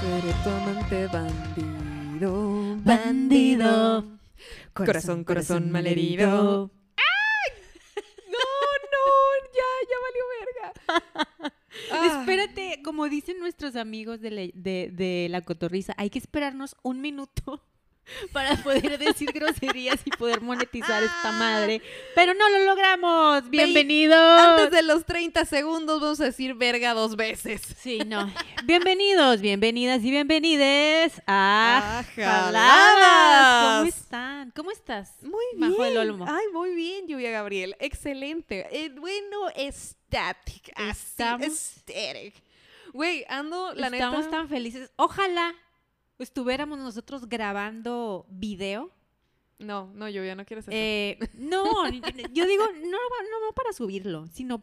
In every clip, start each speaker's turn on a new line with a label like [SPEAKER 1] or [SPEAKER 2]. [SPEAKER 1] Seré tu amante bandido.
[SPEAKER 2] Bandido.
[SPEAKER 1] Corazón, corazón malherido. No, no, ya, ya valió verga.
[SPEAKER 2] Espérate, como dicen nuestros amigos de la, de- de la cotorriza, hay que esperarnos un minuto para poder decir groserías y poder monetizar
[SPEAKER 1] Ah.
[SPEAKER 2] esta madre. Pero no lo logramos. Bienvenidos.
[SPEAKER 1] Antes de los 30 segundos vamos a decir verga dos veces.
[SPEAKER 2] Sí, no. Bienvenidos, bienvenidas y bienvenides a
[SPEAKER 1] A
[SPEAKER 2] Jaladas. ¿Cómo
[SPEAKER 1] Jaladas.
[SPEAKER 2] están? ¿Cómo estás?
[SPEAKER 1] Muy bien.
[SPEAKER 2] Bajo el olmo.
[SPEAKER 1] Ay, muy bien, Lluvia Gabriel. Excelente. Eh, bueno, static. Así,
[SPEAKER 2] Estamos-
[SPEAKER 1] aesthetic. Güey, ando, la
[SPEAKER 2] Estamos
[SPEAKER 1] neta.
[SPEAKER 2] tan felices. Ojalá estuviéramos nosotros grabando video.
[SPEAKER 1] No, no, Lluvia, no quieres eso.
[SPEAKER 2] Eh, no, yo yo digo, no, no, no para subirlo, sino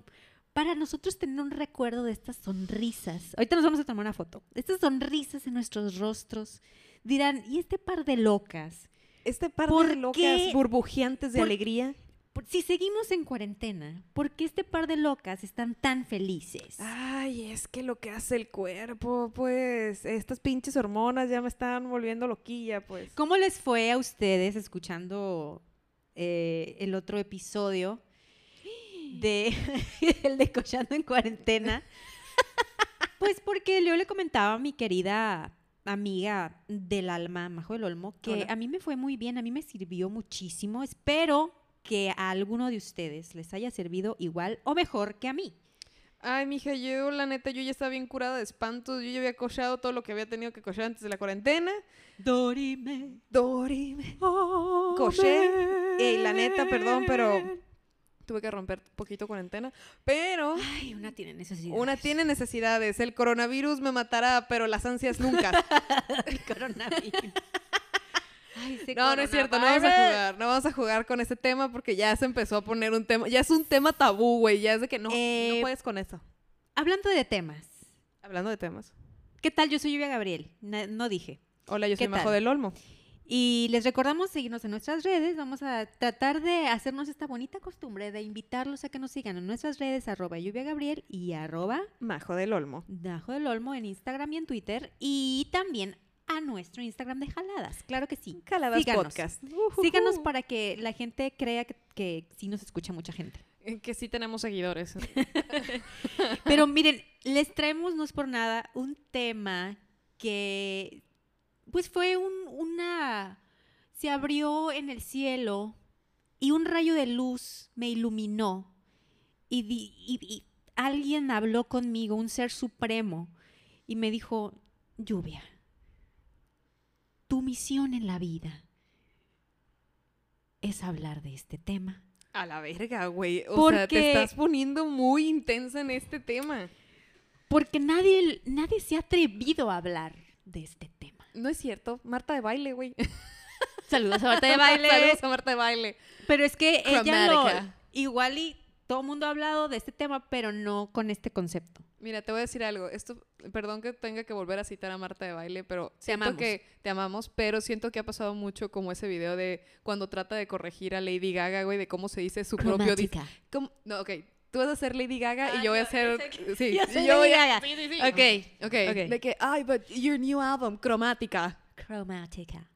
[SPEAKER 2] para nosotros tener un recuerdo de estas sonrisas. Ahorita nos vamos a tomar una foto. Estas sonrisas en nuestros rostros dirán, ¿y este par de locas?
[SPEAKER 1] este par
[SPEAKER 2] ¿por
[SPEAKER 1] de locas
[SPEAKER 2] qué?
[SPEAKER 1] burbujeantes de
[SPEAKER 2] ¿Por-
[SPEAKER 1] alegría.
[SPEAKER 2] Por- Si seguimos en cuarentena, ¿por qué este par de locas están tan felices?
[SPEAKER 1] Ay, es que lo que hace el cuerpo, pues, estas pinches hormonas ya me están volviendo loquilla, pues.
[SPEAKER 2] ¿Cómo les fue a ustedes escuchando eh, el otro episodio de el de Cochando en Cuarentena? Pues porque yo le comentaba a mi querida amiga del alma, Majo del Olmo, que
[SPEAKER 1] Hola.
[SPEAKER 2] a mí me fue muy bien, a mí me sirvió muchísimo. Espero que a alguno de ustedes les haya servido igual o mejor que a mí.
[SPEAKER 1] Ay, mija, yo la neta, yo ya estaba bien curada de espantos. Yo ya había cochado todo lo que había tenido que cochar antes de la cuarentena.
[SPEAKER 2] Dorime,
[SPEAKER 1] Dorime. Coché.
[SPEAKER 2] eh,
[SPEAKER 1] Ey, la neta, perdón, pero tuve que romper poquito cuarentena. Pero
[SPEAKER 2] Ay, una tiene necesidad.
[SPEAKER 1] una tiene necesidades. El coronavirus me matará, pero las ansias nunca.
[SPEAKER 2] El coronavirus. Ay, ese
[SPEAKER 1] No, no es cierto, no vamos a
[SPEAKER 2] coronavirus.
[SPEAKER 1] jugar, no vamos a jugar con este tema porque ya se empezó a poner un tema, ya es un tema tabú, güey, ya es de que no,
[SPEAKER 2] Eh,
[SPEAKER 1] no puedes con eso.
[SPEAKER 2] Hablando de temas,
[SPEAKER 1] Hablando de temas.
[SPEAKER 2] ¿qué tal? Yo soy Lluvia Gabriel, na- no dije.
[SPEAKER 1] Hola, yo
[SPEAKER 2] ¿qué
[SPEAKER 1] soy Majo
[SPEAKER 2] tal?
[SPEAKER 1] del Olmo.
[SPEAKER 2] Y les recordamos seguirnos en nuestras redes. Vamos a tratar de hacernos esta bonita costumbre de invitarlos a que nos sigan en nuestras redes, arroba Lluvia Gabriel y arroba
[SPEAKER 1] Majo del Olmo.
[SPEAKER 2] Dajo del Olmo en Instagram y en Twitter. Y también a nuestro Instagram de Jaladas, claro que sí.
[SPEAKER 1] Caladas
[SPEAKER 2] Síganos.
[SPEAKER 1] Podcast.
[SPEAKER 2] Síganos para que la gente crea que, que sí nos escucha mucha gente.
[SPEAKER 1] Eh, Que sí tenemos seguidores.
[SPEAKER 2] Pero miren, les traemos, no es por nada, un tema que pues fue un, una... Se abrió en el cielo y un rayo de luz me iluminó y, di- y- y alguien habló conmigo, un ser supremo, y me dijo, lluvia, tu misión en la vida es hablar de este tema.
[SPEAKER 1] A la verga, güey. O sea,
[SPEAKER 2] Porque-
[SPEAKER 1] te estás poniendo muy intensa en este tema.
[SPEAKER 2] Porque nadie, nadie se ha atrevido a hablar de este tema.
[SPEAKER 1] No es cierto, Marta de baile, güey.
[SPEAKER 2] Saludos a Marta de Baile.
[SPEAKER 1] Saludos a Marta de baile.
[SPEAKER 2] Pero es que ella lo-
[SPEAKER 1] Chromatica.
[SPEAKER 2] igual y todo el mundo ha hablado de este tema, pero no con este concepto.
[SPEAKER 1] Mira, te voy a decir algo. Esto, perdón que tenga que volver a citar a Marta de baile, pero siento
[SPEAKER 2] amamos.
[SPEAKER 1] que te amamos, pero siento que ha pasado mucho como ese video de cuando trata de corregir a Lady Gaga, güey, de cómo se dice su propio dis-
[SPEAKER 2] Cromática.
[SPEAKER 1] ¿Cómo? No, ok. Tú vas a ser Lady Gaga
[SPEAKER 2] Ah,
[SPEAKER 1] y yo voy a
[SPEAKER 2] yo
[SPEAKER 1] ser.
[SPEAKER 2] pensé que-
[SPEAKER 1] Sí,
[SPEAKER 2] yo soy
[SPEAKER 1] y yo voy
[SPEAKER 2] Lady
[SPEAKER 1] a.
[SPEAKER 2] Gaga.
[SPEAKER 1] Sí, sí, sí.
[SPEAKER 2] Ok,
[SPEAKER 1] ok.
[SPEAKER 2] ok.
[SPEAKER 1] De que, ay, but your new album, cromática.
[SPEAKER 2] Cromática,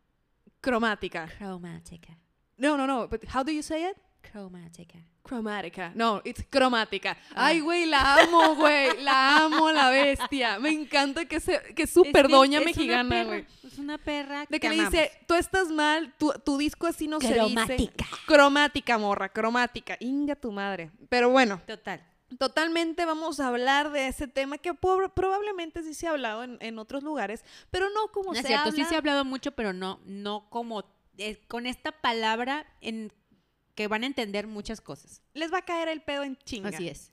[SPEAKER 1] Cromática.
[SPEAKER 2] cromática,
[SPEAKER 1] No, no, no. But how do you say it?
[SPEAKER 2] cromática. Ah.
[SPEAKER 1] Cromática. No, it's cromática. Ay, güey, la amo, güey. La amo, la bestia. Me encanta que, se, que es super
[SPEAKER 2] Es bien-
[SPEAKER 1] doña
[SPEAKER 2] es una
[SPEAKER 1] mexicana,
[SPEAKER 2] perra,
[SPEAKER 1] güey.
[SPEAKER 2] Es una perra
[SPEAKER 1] De que le
[SPEAKER 2] amamos.
[SPEAKER 1] dice, tú estás mal, tu, tu disco así no se dice.
[SPEAKER 2] Cromática.
[SPEAKER 1] Cromática, morra, cromática. Inga tu madre. Pero bueno.
[SPEAKER 2] Total.
[SPEAKER 1] Totalmente vamos a hablar de ese tema que por- probablemente sí se ha hablado en, en otros lugares, pero no como
[SPEAKER 2] No
[SPEAKER 1] se
[SPEAKER 2] es cierto,
[SPEAKER 1] habla.
[SPEAKER 2] sí se ha hablado mucho, pero no, no como eh, con esta palabra en que van a entender muchas cosas.
[SPEAKER 1] Les va a caer el pedo en chinga.
[SPEAKER 2] Así es.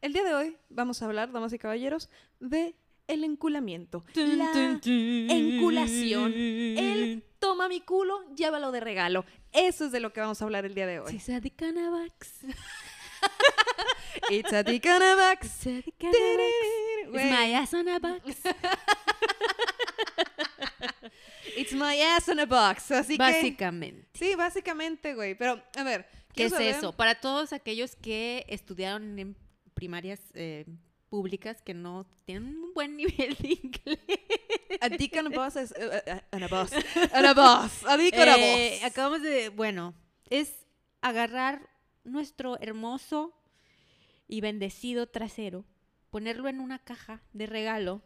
[SPEAKER 1] El día de hoy vamos a hablar, damas y caballeros, de el enculamiento. La enculación. El toma mi culo, llévalo de regalo. Eso es de lo que vamos a hablar el día de hoy.
[SPEAKER 2] Si se dedican a Vax,
[SPEAKER 1] It's a Ticanavax.
[SPEAKER 2] se dedican a Vax.
[SPEAKER 1] Güey.
[SPEAKER 2] Es my ass on a Vax.
[SPEAKER 1] It's my ass in a box. Así que.
[SPEAKER 2] Básicamente.
[SPEAKER 1] Sí, básicamente, güey. Pero, a ver.
[SPEAKER 2] ¿Qué es
[SPEAKER 1] quiero saber-
[SPEAKER 2] eso? Para todos aquellos que estudiaron en primarias eh, públicas que no tienen un buen nivel de inglés.
[SPEAKER 1] A dick on a bus es. eh, eh, on a bus. On a bus. A dick on a
[SPEAKER 2] Eh,
[SPEAKER 1] bus.
[SPEAKER 2] acabamos de, bueno, es agarrar nuestro hermoso y bendecido trasero, ponerlo en una caja de regalo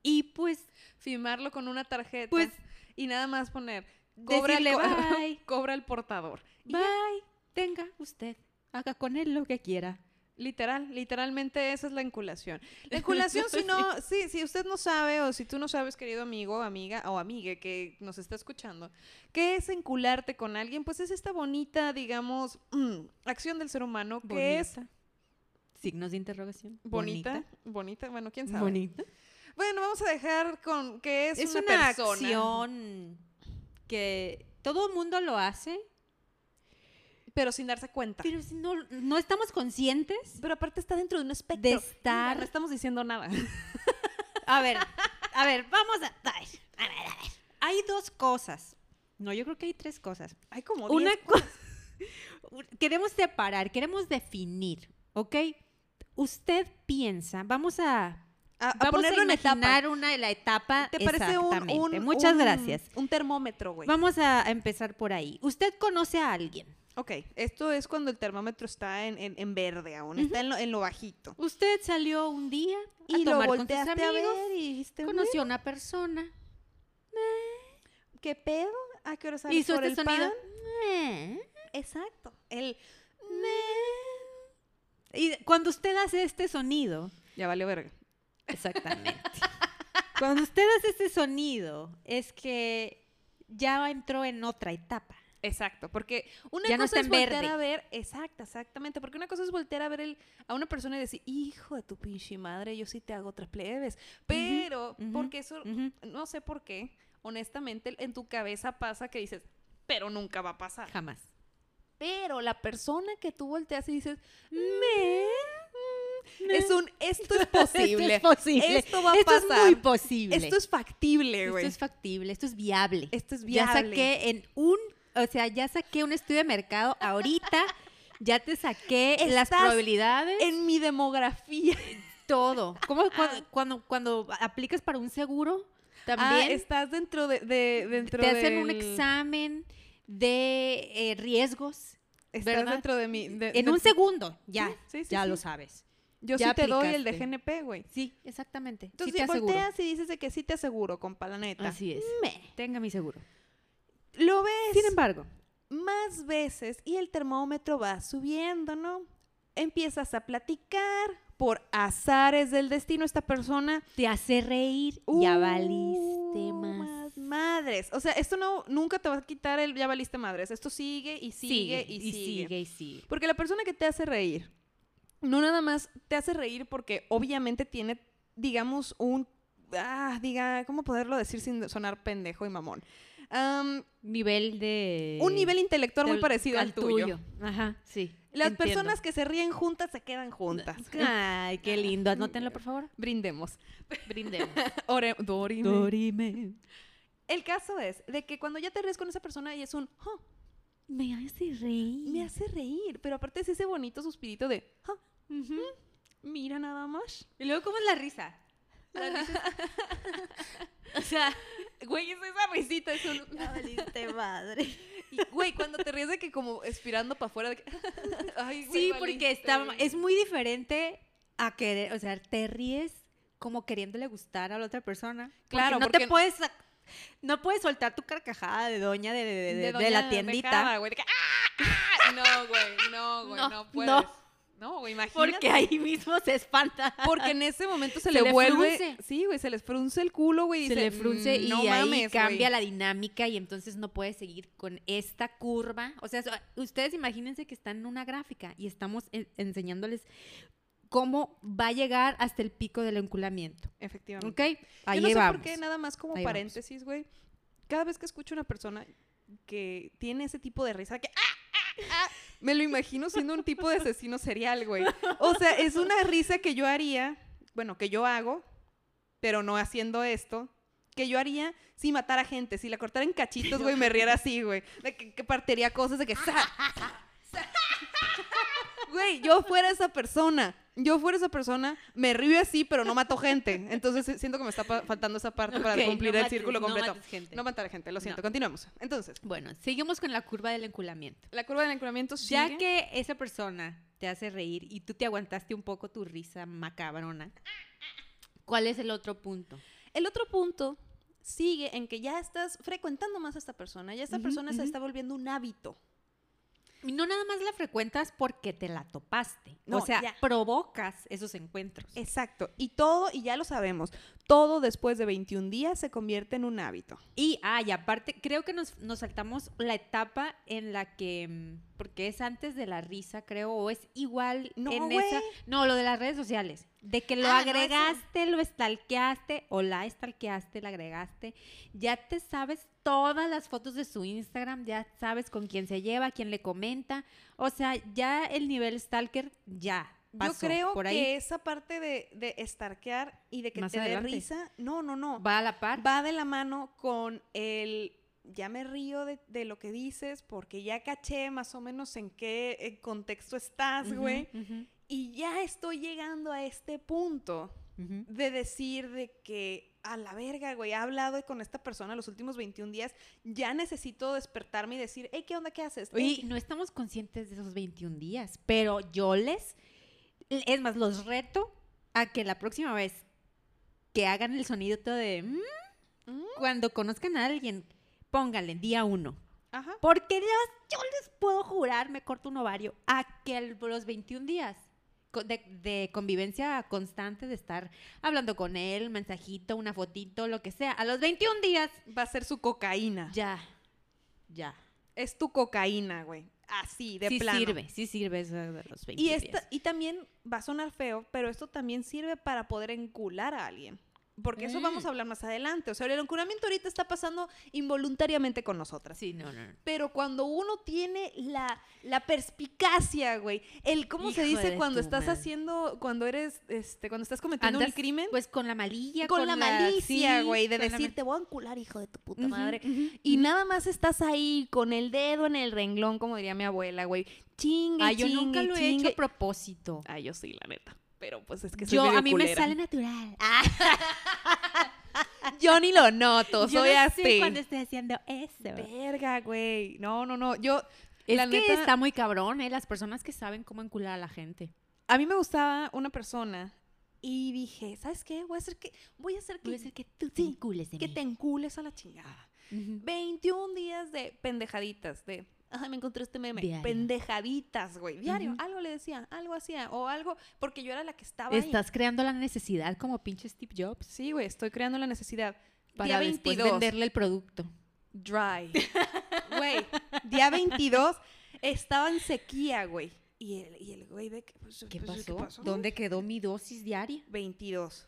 [SPEAKER 2] y pues
[SPEAKER 1] Firmarlo con una tarjeta.
[SPEAKER 2] Pues-
[SPEAKER 1] y nada más poner. Cobra, el,
[SPEAKER 2] Decirle
[SPEAKER 1] co-
[SPEAKER 2] bye.
[SPEAKER 1] cobra el portador. Y ya.
[SPEAKER 2] bye, tenga usted, haga con él lo que quiera.
[SPEAKER 1] Literal, literalmente esa es la enculación. La enculación, si no, sí, si usted no sabe o si tú no sabes, querido amigo, amiga o amigue que nos está escuchando, ¿qué es encularte con alguien? Pues es esta bonita, digamos, mm, acción del ser humano que es
[SPEAKER 2] Bonita. Signos de interrogación.
[SPEAKER 1] bonita, bonita, bueno, quién sabe.
[SPEAKER 2] Bonita.
[SPEAKER 1] Bueno, vamos a dejar con que es,
[SPEAKER 2] Es
[SPEAKER 1] una,
[SPEAKER 2] una,
[SPEAKER 1] persona.
[SPEAKER 2] acción que todo el mundo lo hace,
[SPEAKER 1] pero sin darse cuenta.
[SPEAKER 2] pero si no, no estamos conscientes
[SPEAKER 1] Pero aparte está dentro de un espectro.
[SPEAKER 2] de
[SPEAKER 1] Mira, No
[SPEAKER 2] estar
[SPEAKER 1] estamos diciendo nada.
[SPEAKER 2] A ver, a ver, vamos a. A ver, a ver, a ver. Hay dos cosas. No, yo creo que hay tres cosas.
[SPEAKER 1] Hay como
[SPEAKER 2] Una
[SPEAKER 1] diez-
[SPEAKER 2] cosa. Queremos separar, queremos definir, ¿ok? Usted piensa, vamos a.
[SPEAKER 1] a, a
[SPEAKER 2] vamos a
[SPEAKER 1] ponerlo en etapa.
[SPEAKER 2] imaginar una la etapa.
[SPEAKER 1] ¿Te parece un,
[SPEAKER 2] exactamente.
[SPEAKER 1] un-
[SPEAKER 2] Muchas
[SPEAKER 1] un-
[SPEAKER 2] gracias.
[SPEAKER 1] Un termómetro, güey.
[SPEAKER 2] Vamos a empezar por ahí. Usted conoce a alguien.
[SPEAKER 1] Ok, esto es cuando el termómetro está en, en- en verde aún, está en lo, en lo bajito.
[SPEAKER 2] Usted salió un día a
[SPEAKER 1] Y lo
[SPEAKER 2] tomar con sus
[SPEAKER 1] volteaste a
[SPEAKER 2] amigos,
[SPEAKER 1] ver y dijiste, "Uy,
[SPEAKER 2] conoció a una persona,
[SPEAKER 1] ¿qué pedo? ¿A qué hora sales
[SPEAKER 2] hizo
[SPEAKER 1] por
[SPEAKER 2] este
[SPEAKER 1] el
[SPEAKER 2] sonido.
[SPEAKER 1] pan?" Mm.
[SPEAKER 2] "Eh".
[SPEAKER 1] Exacto. El
[SPEAKER 2] eh. Y cuando usted hace este sonido,
[SPEAKER 1] Ya valió verga.
[SPEAKER 2] exactamente. cuando usted hace este sonido, es que ya entró en otra etapa.
[SPEAKER 1] Exacto, porque una
[SPEAKER 2] Ya no
[SPEAKER 1] cosa
[SPEAKER 2] está
[SPEAKER 1] es
[SPEAKER 2] en
[SPEAKER 1] voltear
[SPEAKER 2] verde.
[SPEAKER 1] a ver, exacto, exactamente, porque una cosa es voltear a ver el, a una persona y decir, hijo de tu pinche madre, yo sí te hago otras plebes, pero
[SPEAKER 2] ujú,
[SPEAKER 1] porque eso,
[SPEAKER 2] Ujú.
[SPEAKER 1] no sé por qué, honestamente, en tu cabeza pasa que dices, pero nunca va a pasar.
[SPEAKER 2] Jamás.
[SPEAKER 1] Pero la persona que tú volteas y dices, me. Es un, esto es posible.
[SPEAKER 2] Mm. Esto es posible.
[SPEAKER 1] Esto va a
[SPEAKER 2] Esto
[SPEAKER 1] pasar.
[SPEAKER 2] es muy posible.
[SPEAKER 1] Esto es factible,
[SPEAKER 2] Esto
[SPEAKER 1] güey.
[SPEAKER 2] es factible, esto es viable.
[SPEAKER 1] Esto es
[SPEAKER 2] Ya
[SPEAKER 1] viable.
[SPEAKER 2] saqué en un, o sea, ya saqué un estudio de mercado ahorita. Ya te saqué las
[SPEAKER 1] Estás
[SPEAKER 2] probabilidades.
[SPEAKER 1] En mi demografía.
[SPEAKER 2] todo. ¿Cómo cuando, cuando, cuando aplicas para un seguro?
[SPEAKER 1] También.
[SPEAKER 2] También
[SPEAKER 1] Ah, estás dentro de. de- dentro
[SPEAKER 2] Ah, te hacen un
[SPEAKER 1] del-
[SPEAKER 2] examen de eh, riesgos
[SPEAKER 1] Estás
[SPEAKER 2] ¿verdad?
[SPEAKER 1] dentro de mi. de-
[SPEAKER 2] en
[SPEAKER 1] de-
[SPEAKER 2] un segundo. Ya,
[SPEAKER 1] Eh, Sí, sí, sí,
[SPEAKER 2] ya
[SPEAKER 1] sí.
[SPEAKER 2] lo sabes.
[SPEAKER 1] Yo
[SPEAKER 2] ya
[SPEAKER 1] sí te doy el de
[SPEAKER 2] aplicaste.
[SPEAKER 1] GNP, güey.
[SPEAKER 2] Sí, exactamente. Sí
[SPEAKER 1] Entonces
[SPEAKER 2] te
[SPEAKER 1] si
[SPEAKER 2] aseguro.
[SPEAKER 1] volteas y dices de que sí te aseguro, compa, la neta.
[SPEAKER 2] Así es.
[SPEAKER 1] Me.
[SPEAKER 2] Tenga mi seguro.
[SPEAKER 1] Lo ves.
[SPEAKER 2] Sin embargo,
[SPEAKER 1] más veces y el termómetro va subiendo, ¿no? Empiezas a platicar por azares del destino esta persona.
[SPEAKER 2] te hace reír. ya
[SPEAKER 1] ¡uh,
[SPEAKER 2] valiste más.
[SPEAKER 1] más Madres. O sea, esto no, nunca te va a quitar el ya valiste madres. Esto sigue y sigue, y, sigue.
[SPEAKER 2] y sigue.
[SPEAKER 1] Porque la persona que te hace reír, no nada más te hace reír porque obviamente tiene, digamos, un... Ah, diga, ¿cómo poderlo decir sin sonar pendejo y mamón? Am,
[SPEAKER 2] Nivel de.
[SPEAKER 1] un nivel intelectual muy
[SPEAKER 2] del-
[SPEAKER 1] parecido Eh, al, tuyo.
[SPEAKER 2] Ajá, sí.
[SPEAKER 1] Las
[SPEAKER 2] entiendo.
[SPEAKER 1] personas que se ríen juntas se quedan juntas.
[SPEAKER 2] Ay, qué lindo. Anótenlo, por favor.
[SPEAKER 1] Brindemos.
[SPEAKER 2] Brindemos.
[SPEAKER 1] Ore- dorime.
[SPEAKER 2] Dorime.
[SPEAKER 1] El caso es de que cuando ya te ríes con esa persona y es un, "Ja,
[SPEAKER 2] Me hace reír.
[SPEAKER 1] me hace reír, pero aparte es ese bonito suspirito de, "Ja,
[SPEAKER 2] Ujú.
[SPEAKER 1] mira nada más.
[SPEAKER 2] Y luego, ¿cómo es la risa? o sea,
[SPEAKER 1] Güey, es esa risita, es un...
[SPEAKER 2] valiste madre.
[SPEAKER 1] y, güey, cuando te ríes de que como expirando para afuera. de que, "Ay, güey,
[SPEAKER 2] Sí, porque
[SPEAKER 1] valiste".
[SPEAKER 2] está, es muy diferente a querer, o sea, te ríes como queriéndole gustar a la otra persona. Porque
[SPEAKER 1] Claro,
[SPEAKER 2] no
[SPEAKER 1] porque-
[SPEAKER 2] te puedes, sac- no puedes soltar tu carcajada de doña de, de- de- de
[SPEAKER 1] doña
[SPEAKER 2] la tiendita.
[SPEAKER 1] Becada, güey, de que, "Ah, ah". No, güey, no, güey, no,
[SPEAKER 2] No,
[SPEAKER 1] puedes.
[SPEAKER 2] no.
[SPEAKER 1] No, güey, imagínate.
[SPEAKER 2] Porque ahí mismo se espanta.
[SPEAKER 1] Porque en ese momento se,
[SPEAKER 2] Se
[SPEAKER 1] le,
[SPEAKER 2] le
[SPEAKER 1] vuelve.
[SPEAKER 2] frunce.
[SPEAKER 1] Sí, güey, se les frunce el culo, güey. y
[SPEAKER 2] se
[SPEAKER 1] dice,
[SPEAKER 2] le frunce
[SPEAKER 1] "Mm,
[SPEAKER 2] y
[SPEAKER 1] no
[SPEAKER 2] ahí
[SPEAKER 1] mames, güey".
[SPEAKER 2] cambia la dinámica y entonces no puede seguir con esta curva. O sea, so- ustedes imagínense que están en una gráfica y estamos en- enseñándoles cómo va a llegar hasta el pico del enculamiento.
[SPEAKER 1] Efectivamente.
[SPEAKER 2] ¿Ok? Ahí
[SPEAKER 1] Yo no sé
[SPEAKER 2] vamos.
[SPEAKER 1] por qué, nada más como
[SPEAKER 2] Ahí vamos.
[SPEAKER 1] paréntesis, güey. Cada vez que escucho una persona que tiene ese tipo de risa, que "Ah, ah, ah", me lo imagino siendo un tipo de asesino serial, güey. O sea, es una risa que yo haría, bueno, que yo hago, pero no haciendo esto, que yo haría si matara gente, si la cortara en cachitos, güey, me riera así, güey. De que, que partiría cosas de que. ¡sa! ¡sa! ¡sa! Güey, yo fuera esa persona. Yo fuera esa persona, me río así, pero no mato gente. Entonces eh, siento que me está pa- faltando esa parte para
[SPEAKER 2] Ok,
[SPEAKER 1] cumplir
[SPEAKER 2] no
[SPEAKER 1] el
[SPEAKER 2] mates-
[SPEAKER 1] círculo
[SPEAKER 2] no
[SPEAKER 1] completo.
[SPEAKER 2] mates gente.
[SPEAKER 1] No matar gente, lo siento.
[SPEAKER 2] No.
[SPEAKER 1] Continuemos. Entonces,
[SPEAKER 2] Bueno, seguimos con la curva del enculamiento.
[SPEAKER 1] la curva del enculamiento sigue.
[SPEAKER 2] Ya que esa persona te hace reír y tú te aguantaste un poco tu risa macabrona, ¿cuál es el otro punto?
[SPEAKER 1] El otro punto sigue en que ya estás frecuentando más a esta persona. Ya esta
[SPEAKER 2] Ujú,
[SPEAKER 1] persona se
[SPEAKER 2] ujú.
[SPEAKER 1] está volviendo un hábito.
[SPEAKER 2] Y no nada más la frecuentas porque te la topaste.
[SPEAKER 1] No,
[SPEAKER 2] o sea,
[SPEAKER 1] ya. Eh.
[SPEAKER 2] provocas esos encuentros.
[SPEAKER 1] Exacto. Y todo, y ya lo sabemos, todo después de 21 días se convierte en un hábito.
[SPEAKER 2] Y, ah, y aparte, creo que nos, nos saltamos la etapa en la que, mm, porque es antes de la risa, creo, o es igual
[SPEAKER 1] No,
[SPEAKER 2] en
[SPEAKER 1] güey.
[SPEAKER 2] esa... No, lo de las redes sociales, de que lo
[SPEAKER 1] Ah, no, eso.
[SPEAKER 2] agregaste, lo stalkeaste, o la stalkeaste, la agregaste, ya te sabes todas las fotos de su Instagram, ya sabes con quién se lleva, quién le comenta, o sea, ya el nivel stalker ya pasó
[SPEAKER 1] Yo creo
[SPEAKER 2] por
[SPEAKER 1] que
[SPEAKER 2] ahí.
[SPEAKER 1] esa parte de, de estarquear y de que
[SPEAKER 2] Más
[SPEAKER 1] te dé
[SPEAKER 2] adelante.
[SPEAKER 1] risa, no, no, no.
[SPEAKER 2] Va a la par.
[SPEAKER 1] Va de la mano con el ya me río de, de lo que dices porque ya caché más o menos en qué eh, contexto estás,
[SPEAKER 2] Ujú,
[SPEAKER 1] güey.
[SPEAKER 2] ujú,
[SPEAKER 1] Y ya estoy llegando a este punto
[SPEAKER 2] ujú.
[SPEAKER 1] de decir de que a la verga, güey, he hablado con esta persona los últimos 21 días, ya necesito despertarme y decir, hey, ¿qué onda? ¿Qué haces? Ey,
[SPEAKER 2] Oye, no estamos conscientes de esos 21 días, pero yo les, es más, los reto a que la próxima vez que hagan el sonido todo de "Mm",
[SPEAKER 1] Mm.
[SPEAKER 2] cuando conozcan a alguien, pónganle día uno.
[SPEAKER 1] Ajá.
[SPEAKER 2] Porque los- yo les puedo jurar, me corto un ovario, a que el- los 21 días co- de, de convivencia constante, de estar hablando con él, mensajito, una fotito, lo que sea, a los 21 días,
[SPEAKER 1] Va a ser su cocaína.
[SPEAKER 2] ya, ya.
[SPEAKER 1] Es tu cocaína, güey. Así, de
[SPEAKER 2] sí
[SPEAKER 1] plano.
[SPEAKER 2] sirve, sí sirve eso de los 21
[SPEAKER 1] Y,
[SPEAKER 2] días.
[SPEAKER 1] esta, y también va a sonar feo, pero esto también sirve para poder encular a alguien. Porque eso
[SPEAKER 2] Mm.
[SPEAKER 1] vamos a hablar más adelante. O sea, el enculamiento ahorita está pasando involuntariamente con nosotras.
[SPEAKER 2] Sí, no, no, no.
[SPEAKER 1] Pero cuando uno tiene la, la perspicacia, güey, el cómo se
[SPEAKER 2] Hijo
[SPEAKER 1] dice
[SPEAKER 2] de
[SPEAKER 1] cuando
[SPEAKER 2] tu
[SPEAKER 1] estás
[SPEAKER 2] madre.
[SPEAKER 1] haciendo, cuando eres, este, cuando estás cometiendo un
[SPEAKER 2] Andas,
[SPEAKER 1] crimen,
[SPEAKER 2] Pues con la malilla,
[SPEAKER 1] con, la malicia,
[SPEAKER 2] sí,
[SPEAKER 1] güey, de
[SPEAKER 2] con la
[SPEAKER 1] decir, te voy a encular, hijo de tu puta
[SPEAKER 2] Ujú,
[SPEAKER 1] madre.
[SPEAKER 2] ujú,
[SPEAKER 1] Y nada más estás ahí con el dedo en el renglón, como diría mi abuela, güey. Chingue,
[SPEAKER 2] Ah, yo nunca
[SPEAKER 1] chingue,
[SPEAKER 2] lo he hecho
[SPEAKER 1] chingue.
[SPEAKER 2] a propósito.
[SPEAKER 1] Ay, yo sí, la neta. Pero pues es que soy
[SPEAKER 2] Yo,
[SPEAKER 1] medio
[SPEAKER 2] a mí me
[SPEAKER 1] culera.
[SPEAKER 2] sale natural. Ah,
[SPEAKER 1] Yo ni lo noto,
[SPEAKER 2] yo
[SPEAKER 1] soy
[SPEAKER 2] no
[SPEAKER 1] así.
[SPEAKER 2] sé cuando estoy haciendo eso.
[SPEAKER 1] Verga, güey. No, no, no. Yo,
[SPEAKER 2] Es
[SPEAKER 1] la
[SPEAKER 2] que
[SPEAKER 1] neta,
[SPEAKER 2] está muy cabrón, ¿eh? Las personas que saben cómo encular a la gente.
[SPEAKER 1] a mí me gustaba una persona y dije, ¿sabes qué? Voy a hacer que, voy a hacer que,
[SPEAKER 2] Puede ser que tú te
[SPEAKER 1] Sí,
[SPEAKER 2] encules de
[SPEAKER 1] que
[SPEAKER 2] mí.
[SPEAKER 1] te encules a la chingada.
[SPEAKER 2] Ujú.
[SPEAKER 1] 21 días de pendejaditas, de, ay, me encontré este meme.
[SPEAKER 2] Diario.
[SPEAKER 1] Pendejaditas, güey. Diario.
[SPEAKER 2] Ujú.
[SPEAKER 1] Algo le decía, algo hacía, o algo, porque yo era la que estaba ahí.
[SPEAKER 2] Estás creando la necesidad como pinche Steve Jobs
[SPEAKER 1] Sí, güey, estoy creando la necesidad.
[SPEAKER 2] para
[SPEAKER 1] Día
[SPEAKER 2] después
[SPEAKER 1] 22.
[SPEAKER 2] venderle el producto.
[SPEAKER 1] Dry. Güey, día 22 estaba en sequía, güey. Y el, y el güey de... que, pues,
[SPEAKER 2] ¿Qué
[SPEAKER 1] pues,
[SPEAKER 2] pasó? ¿Dónde quedó mi dosis diaria?
[SPEAKER 1] 22.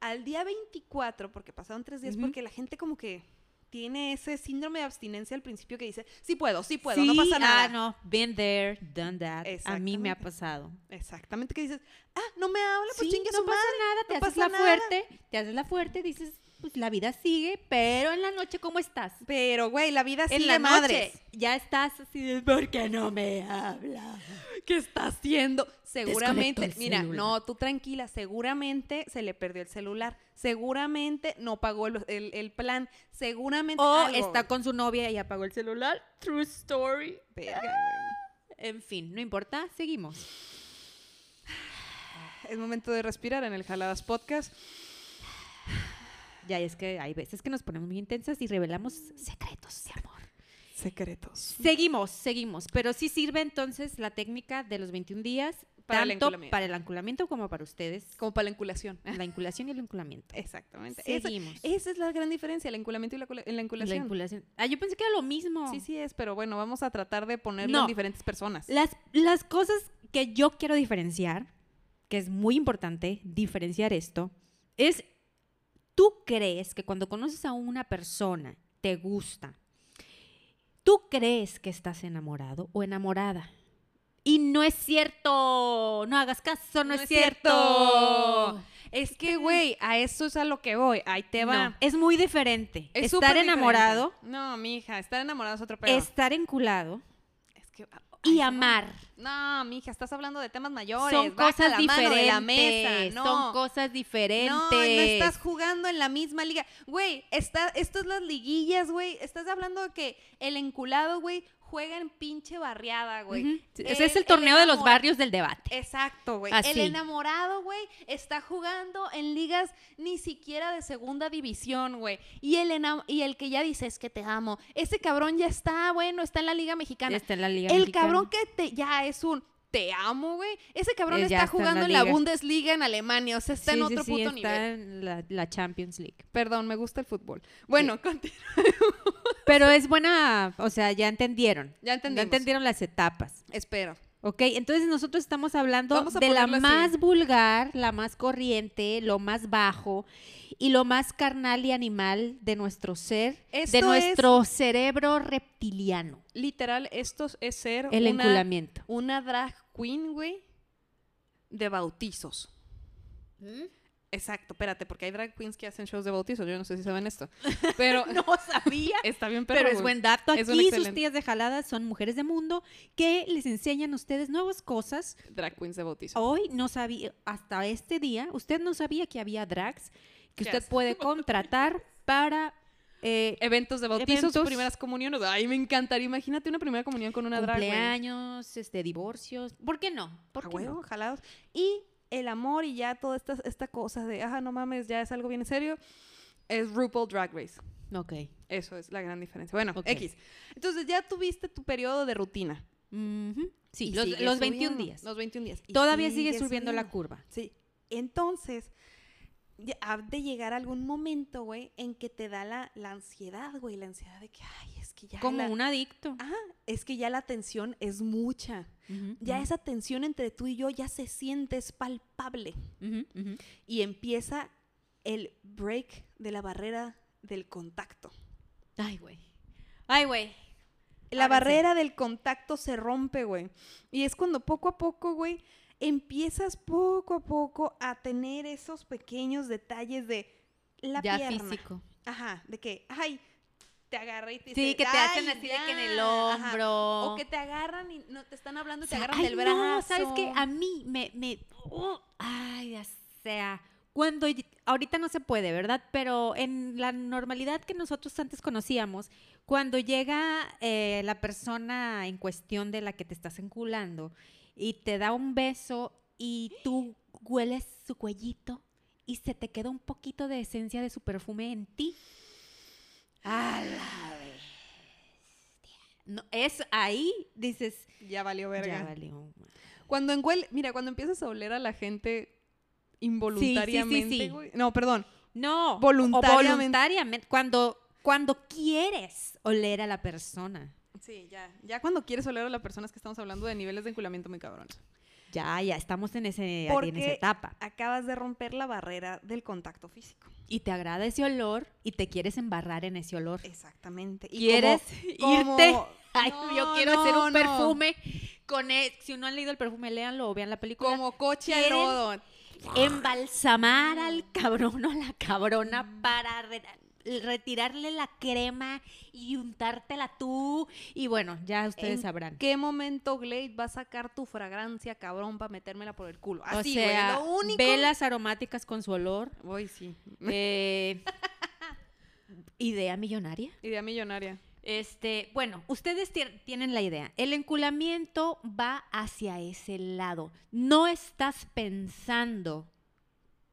[SPEAKER 1] Al día 24, porque pasaron tres días,
[SPEAKER 2] Ujú.
[SPEAKER 1] porque la gente como que tiene ese síndrome de abstinencia al principio que dice, sí puedo, sí puedo,
[SPEAKER 2] Sí,
[SPEAKER 1] no pasa nada.
[SPEAKER 2] Ah, no, been there, done that. A mí
[SPEAKER 1] Exactamente.
[SPEAKER 2] me ha pasado.
[SPEAKER 1] Exactamente, que dices, ah, no me habla, pues
[SPEAKER 2] Sí,
[SPEAKER 1] chingue
[SPEAKER 2] no
[SPEAKER 1] su
[SPEAKER 2] pasa
[SPEAKER 1] madre.
[SPEAKER 2] nada, te
[SPEAKER 1] no
[SPEAKER 2] haces
[SPEAKER 1] pasa
[SPEAKER 2] la
[SPEAKER 1] nada.
[SPEAKER 2] fuerte, te haces la fuerte, dices, pues la vida sigue, pero en la noche, ¿cómo estás?
[SPEAKER 1] Pero, güey, la vida
[SPEAKER 2] en
[SPEAKER 1] sigue
[SPEAKER 2] la
[SPEAKER 1] madres.
[SPEAKER 2] noche ya estás así de, ¿por qué no me habla?
[SPEAKER 1] ¿Qué está haciendo? Seguramente,
[SPEAKER 2] el
[SPEAKER 1] mira,
[SPEAKER 2] celular.
[SPEAKER 1] no, tú tranquila, seguramente se le perdió el celular, seguramente no pagó el, el- el plan, seguramente...
[SPEAKER 2] O
[SPEAKER 1] algo,
[SPEAKER 2] está
[SPEAKER 1] güey.
[SPEAKER 2] con su novia y apagó el celular. True story.
[SPEAKER 1] Verga,
[SPEAKER 2] En fin, no importa, seguimos.
[SPEAKER 1] güey. Es momento de respirar en el Jaladas Podcast.
[SPEAKER 2] Ya es que hay veces que nos ponemos muy intensas y revelamos secretos de amor.
[SPEAKER 1] Secretos.
[SPEAKER 2] Seguimos, seguimos. Pero sí sirve entonces la técnica de los 21 días,
[SPEAKER 1] Para el
[SPEAKER 2] tanto
[SPEAKER 1] enculamiento.
[SPEAKER 2] para el enculamiento como para ustedes,
[SPEAKER 1] Como para la enculación.
[SPEAKER 2] la inculación y el enculamiento.
[SPEAKER 1] Exactamente. Esa,
[SPEAKER 2] Seguimos.
[SPEAKER 1] esa es la gran diferencia, el enculamiento y la, cula- la
[SPEAKER 2] la
[SPEAKER 1] enculación.
[SPEAKER 2] inculación. Ah, yo pensé que era lo mismo.
[SPEAKER 1] Sí, sí es, pero bueno, vamos a tratar de ponerlo en
[SPEAKER 2] No.
[SPEAKER 1] diferentes personas.
[SPEAKER 2] Las, las cosas que yo quiero diferenciar, que es muy importante diferenciar esto, es, tú crees que cuando conoces a una persona, te gusta, tú crees que estás enamorado o enamorada. Y no es cierto, no hagas caso, no, es cierto.
[SPEAKER 1] Es que, güey, a eso es a lo que voy. Ahí te va.
[SPEAKER 2] No, es muy diferente.
[SPEAKER 1] Es
[SPEAKER 2] estar
[SPEAKER 1] súper
[SPEAKER 2] enamorado,
[SPEAKER 1] diferente. No, mija, estar enamorado es otro pedo.
[SPEAKER 2] estar enculado
[SPEAKER 1] Es que, ah,
[SPEAKER 2] y
[SPEAKER 1] ay,
[SPEAKER 2] amar.
[SPEAKER 1] No, mija, estás hablando de temas mayores.
[SPEAKER 2] Son
[SPEAKER 1] baja
[SPEAKER 2] cosas
[SPEAKER 1] la mano
[SPEAKER 2] diferentes.
[SPEAKER 1] de la mesa. No.
[SPEAKER 2] Son cosas diferentes.
[SPEAKER 1] No, no estás jugando en la misma liga. Güey, está, esto es las liguillas, güey. Estás hablando de que el enculado, güey, juega en pinche barriada, güey.
[SPEAKER 2] Ujú. Ese es el torneo de los
[SPEAKER 1] enamora-
[SPEAKER 2] barrios del debate.
[SPEAKER 1] Exacto, güey. El
[SPEAKER 2] Así.
[SPEAKER 1] enamorado, güey, está jugando en ligas ni siquiera de segunda división, güey. Y el, enam- y el que ya dice es que te amo. Ese cabrón ya está, bueno, está en la liga mexicana.
[SPEAKER 2] Está en la Liga
[SPEAKER 1] el
[SPEAKER 2] Mexicana.
[SPEAKER 1] cabrón que te, ya es un te amo, güey. Ese cabrón
[SPEAKER 2] Él Eh, ya
[SPEAKER 1] está
[SPEAKER 2] está en la
[SPEAKER 1] jugando en la,
[SPEAKER 2] liga.
[SPEAKER 1] Bundesliga en Alemania. O sea, está en
[SPEAKER 2] Sí, sí,
[SPEAKER 1] otro
[SPEAKER 2] sí,
[SPEAKER 1] puto
[SPEAKER 2] está
[SPEAKER 1] nivel.
[SPEAKER 2] en la, la Champions League.
[SPEAKER 1] Perdón, me gusta el fútbol. Bueno, conti-
[SPEAKER 2] Pero es buena, o sea, ya entendieron.
[SPEAKER 1] ya
[SPEAKER 2] Ya
[SPEAKER 1] entendimos.
[SPEAKER 2] entendieron las etapas.
[SPEAKER 1] Espero.
[SPEAKER 2] Ok, entonces nosotros estamos hablando
[SPEAKER 1] Vamos a
[SPEAKER 2] de la
[SPEAKER 1] ponerlo así.
[SPEAKER 2] más vulgar, la más corriente, lo más bajo y lo más carnal y animal de nuestro ser,
[SPEAKER 1] Esto
[SPEAKER 2] de
[SPEAKER 1] es-
[SPEAKER 2] nuestro cerebro reptiliano,
[SPEAKER 1] Literal, esto es ser
[SPEAKER 2] el
[SPEAKER 1] una,
[SPEAKER 2] enculamiento.
[SPEAKER 1] una drag queen, güey, de bautizos. ¿Mm? Exacto, espérate, porque hay drag queens que hacen shows de bautizos. Yo no sé si saben esto. Pero
[SPEAKER 2] No sabía.
[SPEAKER 1] está bien, perro,
[SPEAKER 2] Pero es
[SPEAKER 1] güey.
[SPEAKER 2] buen dato.
[SPEAKER 1] Es un
[SPEAKER 2] Aquí sus
[SPEAKER 1] excelente-
[SPEAKER 2] tías de jaladas son mujeres de mundo que les enseñan a ustedes nuevas cosas.
[SPEAKER 1] Drag queens de bautizos.
[SPEAKER 2] Hoy no sabía, hasta este día, usted no sabía que había drags que
[SPEAKER 1] Ya
[SPEAKER 2] usted
[SPEAKER 1] sé.
[SPEAKER 2] puede contratar para eh,
[SPEAKER 1] Eventos de bautizos,
[SPEAKER 2] Eventos.
[SPEAKER 1] primeras comuniones. Ay, me encantaría. Imagínate una primera comunión con una drag queen.
[SPEAKER 2] cumpleaños, este, divorcios. ¿Por qué no? ¿Por
[SPEAKER 1] a
[SPEAKER 2] qué
[SPEAKER 1] huevo,
[SPEAKER 2] no?
[SPEAKER 1] jalados. Y el amor y ya toda esta, esta cosa de, ajá, no mames, ya es algo bien en serio, es RuPaul Drag Race.
[SPEAKER 2] Ok.
[SPEAKER 1] Eso es la gran diferencia. Bueno,
[SPEAKER 2] Ok.
[SPEAKER 1] X. Entonces ya tuviste tu periodo de rutina.
[SPEAKER 2] Ujú. Sí,
[SPEAKER 1] Y
[SPEAKER 2] los,
[SPEAKER 1] sigue
[SPEAKER 2] los 21
[SPEAKER 1] subiendo,
[SPEAKER 2] días.
[SPEAKER 1] Los 21 días. Y
[SPEAKER 2] Todavía sigue, subiendo la
[SPEAKER 1] subiendo.
[SPEAKER 2] curva.
[SPEAKER 1] Sí. Entonces, ya ha de llegar algún momento, güey, en que te da la, la ansiedad, güey, la ansiedad de que, ay, es que ya...
[SPEAKER 2] Como
[SPEAKER 1] la- Ah,
[SPEAKER 2] un adicto.
[SPEAKER 1] Ajá, es que ya la tensión es mucha.
[SPEAKER 2] Ujú,
[SPEAKER 1] Ya
[SPEAKER 2] ujú,
[SPEAKER 1] esa tensión entre tú y yo ya se siente, es palpable.
[SPEAKER 2] ujú, ujú.
[SPEAKER 1] y empieza el break de la barrera del contacto.
[SPEAKER 2] Ay, güey. Ay, güey.
[SPEAKER 1] La
[SPEAKER 2] Ábranse.
[SPEAKER 1] barrera del contacto se rompe, güey. Y es cuando poco a poco, güey, empiezas poco a poco a tener esos pequeños detalles de la
[SPEAKER 2] ya
[SPEAKER 1] pierna.
[SPEAKER 2] físico.
[SPEAKER 1] Ajá, de que, ay, te agarré y te
[SPEAKER 2] Sí,
[SPEAKER 1] dice,
[SPEAKER 2] que te hacen
[SPEAKER 1] "Ay,
[SPEAKER 2] así de que en el
[SPEAKER 1] ya". Ajá.
[SPEAKER 2] hombro.
[SPEAKER 1] O que te agarran y no te están hablando y te agarran
[SPEAKER 2] Ay,
[SPEAKER 1] del brazo.
[SPEAKER 2] No, ¿sabes qué? A mí me. me oh, ay, o sea. Cuando. y- Ahorita no se puede, ¿verdad? Pero en la normalidad que nosotros antes conocíamos, cuando llega eh, la persona en cuestión de la que te estás enculando y te da un beso y tú hueles su cuellito y se te queda un poquito de esencia de su perfume en ti. A la bestia. No, es ahí, dices,
[SPEAKER 1] Ya valió verga.
[SPEAKER 2] ya valió.
[SPEAKER 1] Cuando enguel, mira, cuando empiezas a oler a la gente involuntariamente,
[SPEAKER 2] sí.
[SPEAKER 1] güey- No, perdón.
[SPEAKER 2] No,
[SPEAKER 1] Voluntariamente.
[SPEAKER 2] o voluntariamente, Cuando, cuando quieres oler a la persona.
[SPEAKER 1] Sí, ya. Ya cuando quieres oler a la persona es que estamos hablando de niveles de enculamiento muy cabrones.
[SPEAKER 2] Ya, ya, estamos en, ese, en
[SPEAKER 1] Porque-
[SPEAKER 2] esa etapa.
[SPEAKER 1] Acabas de romper la barrera del contacto físico.
[SPEAKER 2] Y te agrada ese olor y te quieres embarrar en ese olor.
[SPEAKER 1] Exactamente.
[SPEAKER 2] ¿Quieres
[SPEAKER 1] como-
[SPEAKER 2] irte?
[SPEAKER 1] como-
[SPEAKER 2] Ay,
[SPEAKER 1] No,
[SPEAKER 2] yo quiero hacer
[SPEAKER 1] no,
[SPEAKER 2] un
[SPEAKER 1] no.
[SPEAKER 2] perfume con... e- Si no han leído el perfume, léanlo o vean la película.
[SPEAKER 1] Como coche a
[SPEAKER 2] ¿Quieres?
[SPEAKER 1] lodo.
[SPEAKER 2] embalsamar al cabrón o a la
[SPEAKER 1] Mm.
[SPEAKER 2] cabrona para re- retirarle la crema y untártela tú. Y bueno, ya ustedes
[SPEAKER 1] ¿En
[SPEAKER 2] sabrán.
[SPEAKER 1] ¿Qué momento Glade va a sacar tu fragancia, cabrón, para metérmela por el culo? Así,
[SPEAKER 2] o
[SPEAKER 1] Ah, güey,
[SPEAKER 2] sea,
[SPEAKER 1] Lo único...
[SPEAKER 2] velas aromáticas con su olor.
[SPEAKER 1] Uy, sí.
[SPEAKER 2] eh, idea millonaria.
[SPEAKER 1] Idea millonaria.
[SPEAKER 2] Este, bueno, ustedes tie- tienen la idea. El enculamiento va hacia ese lado. No estás pensando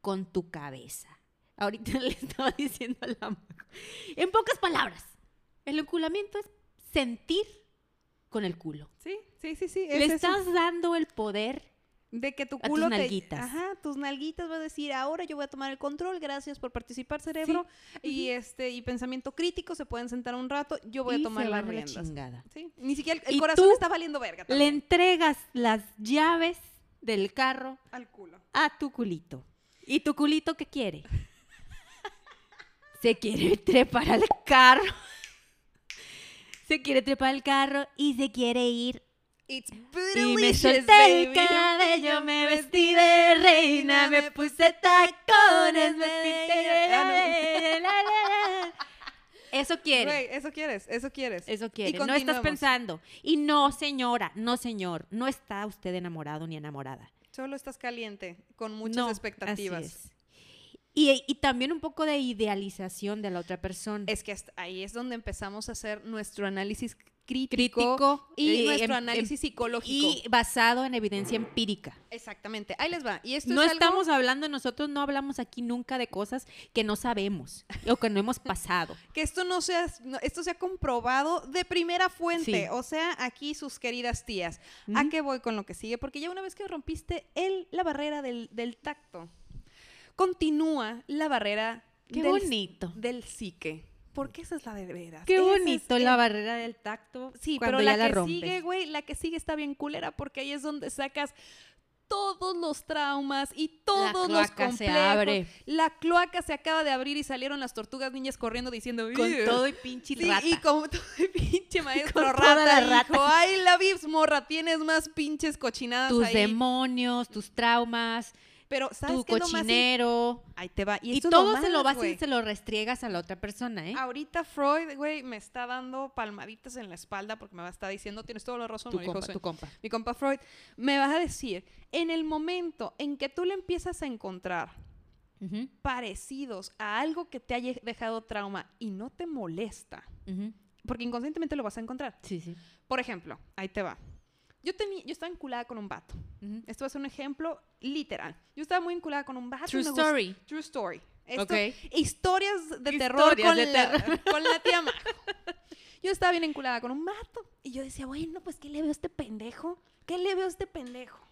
[SPEAKER 2] con tu cabeza. Ahorita le estaba diciendo a la Majo. En pocas palabras, el enculamiento es sentir con el culo.
[SPEAKER 1] Sí, sí, sí, sí.
[SPEAKER 2] le
[SPEAKER 1] es eso.
[SPEAKER 2] estás dando el poder
[SPEAKER 1] De que tu
[SPEAKER 2] tus
[SPEAKER 1] culo te-
[SPEAKER 2] nalguitas.
[SPEAKER 1] ajá, tus nalguitas va a decir, ahora yo voy a tomar el control, gracias por participar, cerebro. Y este, y pensamiento crítico, se pueden sentar un rato, yo voy
[SPEAKER 2] y
[SPEAKER 1] a tomar
[SPEAKER 2] se
[SPEAKER 1] las
[SPEAKER 2] van a la
[SPEAKER 1] riendas.
[SPEAKER 2] chingada.
[SPEAKER 1] Sí, Ni siquiera el, el
[SPEAKER 2] Y
[SPEAKER 1] corazón
[SPEAKER 2] tú
[SPEAKER 1] está valiendo verga
[SPEAKER 2] Le
[SPEAKER 1] también,
[SPEAKER 2] entregas las llaves del carro
[SPEAKER 1] al culo.
[SPEAKER 2] a tu culito. ¿Y tu culito qué quiere? Se quiere trepar al carro. Se quiere trepar al carro y se quiere ir
[SPEAKER 1] It's
[SPEAKER 2] Y me
[SPEAKER 1] bootylicious,
[SPEAKER 2] solté el
[SPEAKER 1] baby.
[SPEAKER 2] cabello, me vestí de reina, me puse tacones, me vestí de... la, la, la. Eso quiere.
[SPEAKER 1] Güey, eso quieres, eso quieres.
[SPEAKER 2] Eso quiere. No estás
[SPEAKER 1] continuemos.
[SPEAKER 2] pensando. Y no, señora, no, señor, no está usted enamorado ni enamorada.
[SPEAKER 1] Solo estás caliente, con muchas
[SPEAKER 2] No, así
[SPEAKER 1] expectativas.
[SPEAKER 2] es. Y, y también un poco de idealización de la otra persona.
[SPEAKER 1] Es que hasta ahí es donde empezamos a hacer nuestro análisis crítico,
[SPEAKER 2] crítico
[SPEAKER 1] y
[SPEAKER 2] eh,
[SPEAKER 1] nuestro
[SPEAKER 2] em- em-
[SPEAKER 1] análisis psicológico.
[SPEAKER 2] y basado en evidencia empírica.
[SPEAKER 1] Exactamente, ahí les va. Y esto
[SPEAKER 2] no
[SPEAKER 1] es algo-
[SPEAKER 2] estamos hablando, nosotros no hablamos aquí nunca de cosas que no sabemos o que no hemos pasado.
[SPEAKER 1] que esto no sea, no- esto sea comprobado de primera fuente,
[SPEAKER 2] Sí.
[SPEAKER 1] o sea, aquí sus queridas tías. ¿A
[SPEAKER 2] Ujú.
[SPEAKER 1] qué voy con lo que sigue? Porque ya una vez que rompiste el, la barrera del, del tacto, continúa la barrera
[SPEAKER 2] Qué
[SPEAKER 1] del,
[SPEAKER 2] bonito.
[SPEAKER 1] del psique. Porque esa es la de veras.
[SPEAKER 2] Qué
[SPEAKER 1] Esa es
[SPEAKER 2] bonito la barrera del tacto.
[SPEAKER 1] Sí,
[SPEAKER 2] cuando
[SPEAKER 1] pero
[SPEAKER 2] ya
[SPEAKER 1] la, que
[SPEAKER 2] rompes.
[SPEAKER 1] sigue, güey, la que sigue está bien culera porque ahí es donde sacas todos los traumas y todos los
[SPEAKER 2] cloaca
[SPEAKER 1] complejos.
[SPEAKER 2] se abre.
[SPEAKER 1] La cloaca se acaba de abrir y salieron las tortugas niñas corriendo diciendo
[SPEAKER 2] con
[SPEAKER 1] "Ugh".
[SPEAKER 2] todo y pinche
[SPEAKER 1] Sí,
[SPEAKER 2] rata.
[SPEAKER 1] y como todo el pinche maestro
[SPEAKER 2] toda
[SPEAKER 1] rata,
[SPEAKER 2] la
[SPEAKER 1] dijo, ay, la Vips morra, tienes más pinches cochinadas
[SPEAKER 2] tus
[SPEAKER 1] ahí".
[SPEAKER 2] demonios, tus traumas,
[SPEAKER 1] Pero ¿sabes
[SPEAKER 2] tu
[SPEAKER 1] qué es lo más in-
[SPEAKER 2] cochinero.
[SPEAKER 1] Ahí te va. Y,
[SPEAKER 2] Y,
[SPEAKER 1] esto es
[SPEAKER 2] todo
[SPEAKER 1] lo
[SPEAKER 2] se lo
[SPEAKER 1] más,
[SPEAKER 2] vas
[SPEAKER 1] güey. Ah,
[SPEAKER 2] y se lo restriegas a la otra persona, ¿eh?
[SPEAKER 1] Ahorita Freud, güey, me está dando palmaditas en la espalda porque me va a estar diciendo, tienes toda la razón,
[SPEAKER 2] tu
[SPEAKER 1] María
[SPEAKER 2] compa,
[SPEAKER 1] José".
[SPEAKER 2] tu compa.
[SPEAKER 1] mi compa Freud, me vas a decir, en el momento en que tú le empiezas a encontrar
[SPEAKER 2] Ujú,
[SPEAKER 1] parecidos a algo que te haya dejado trauma y no te molesta,
[SPEAKER 2] ujú.
[SPEAKER 1] porque inconscientemente lo vas a encontrar.
[SPEAKER 2] Sí, sí.
[SPEAKER 1] Por ejemplo, ahí te va. Yo, tenía, yo estaba enculada con un vato.
[SPEAKER 2] Ujú.
[SPEAKER 1] Esto va a ser un ejemplo literal. Yo estaba muy enculada con un vato.
[SPEAKER 2] True
[SPEAKER 1] me gust-
[SPEAKER 2] story.
[SPEAKER 1] True story. Esto-
[SPEAKER 2] Ok.
[SPEAKER 1] Historias de
[SPEAKER 2] Historias
[SPEAKER 1] terror con,
[SPEAKER 2] de
[SPEAKER 1] la, con la tía Majo. Yo estaba bien enculada con un vato. Y yo decía, bueno, pues, ¿qué le veo a este pendejo? ¿Qué le veo a este pendejo?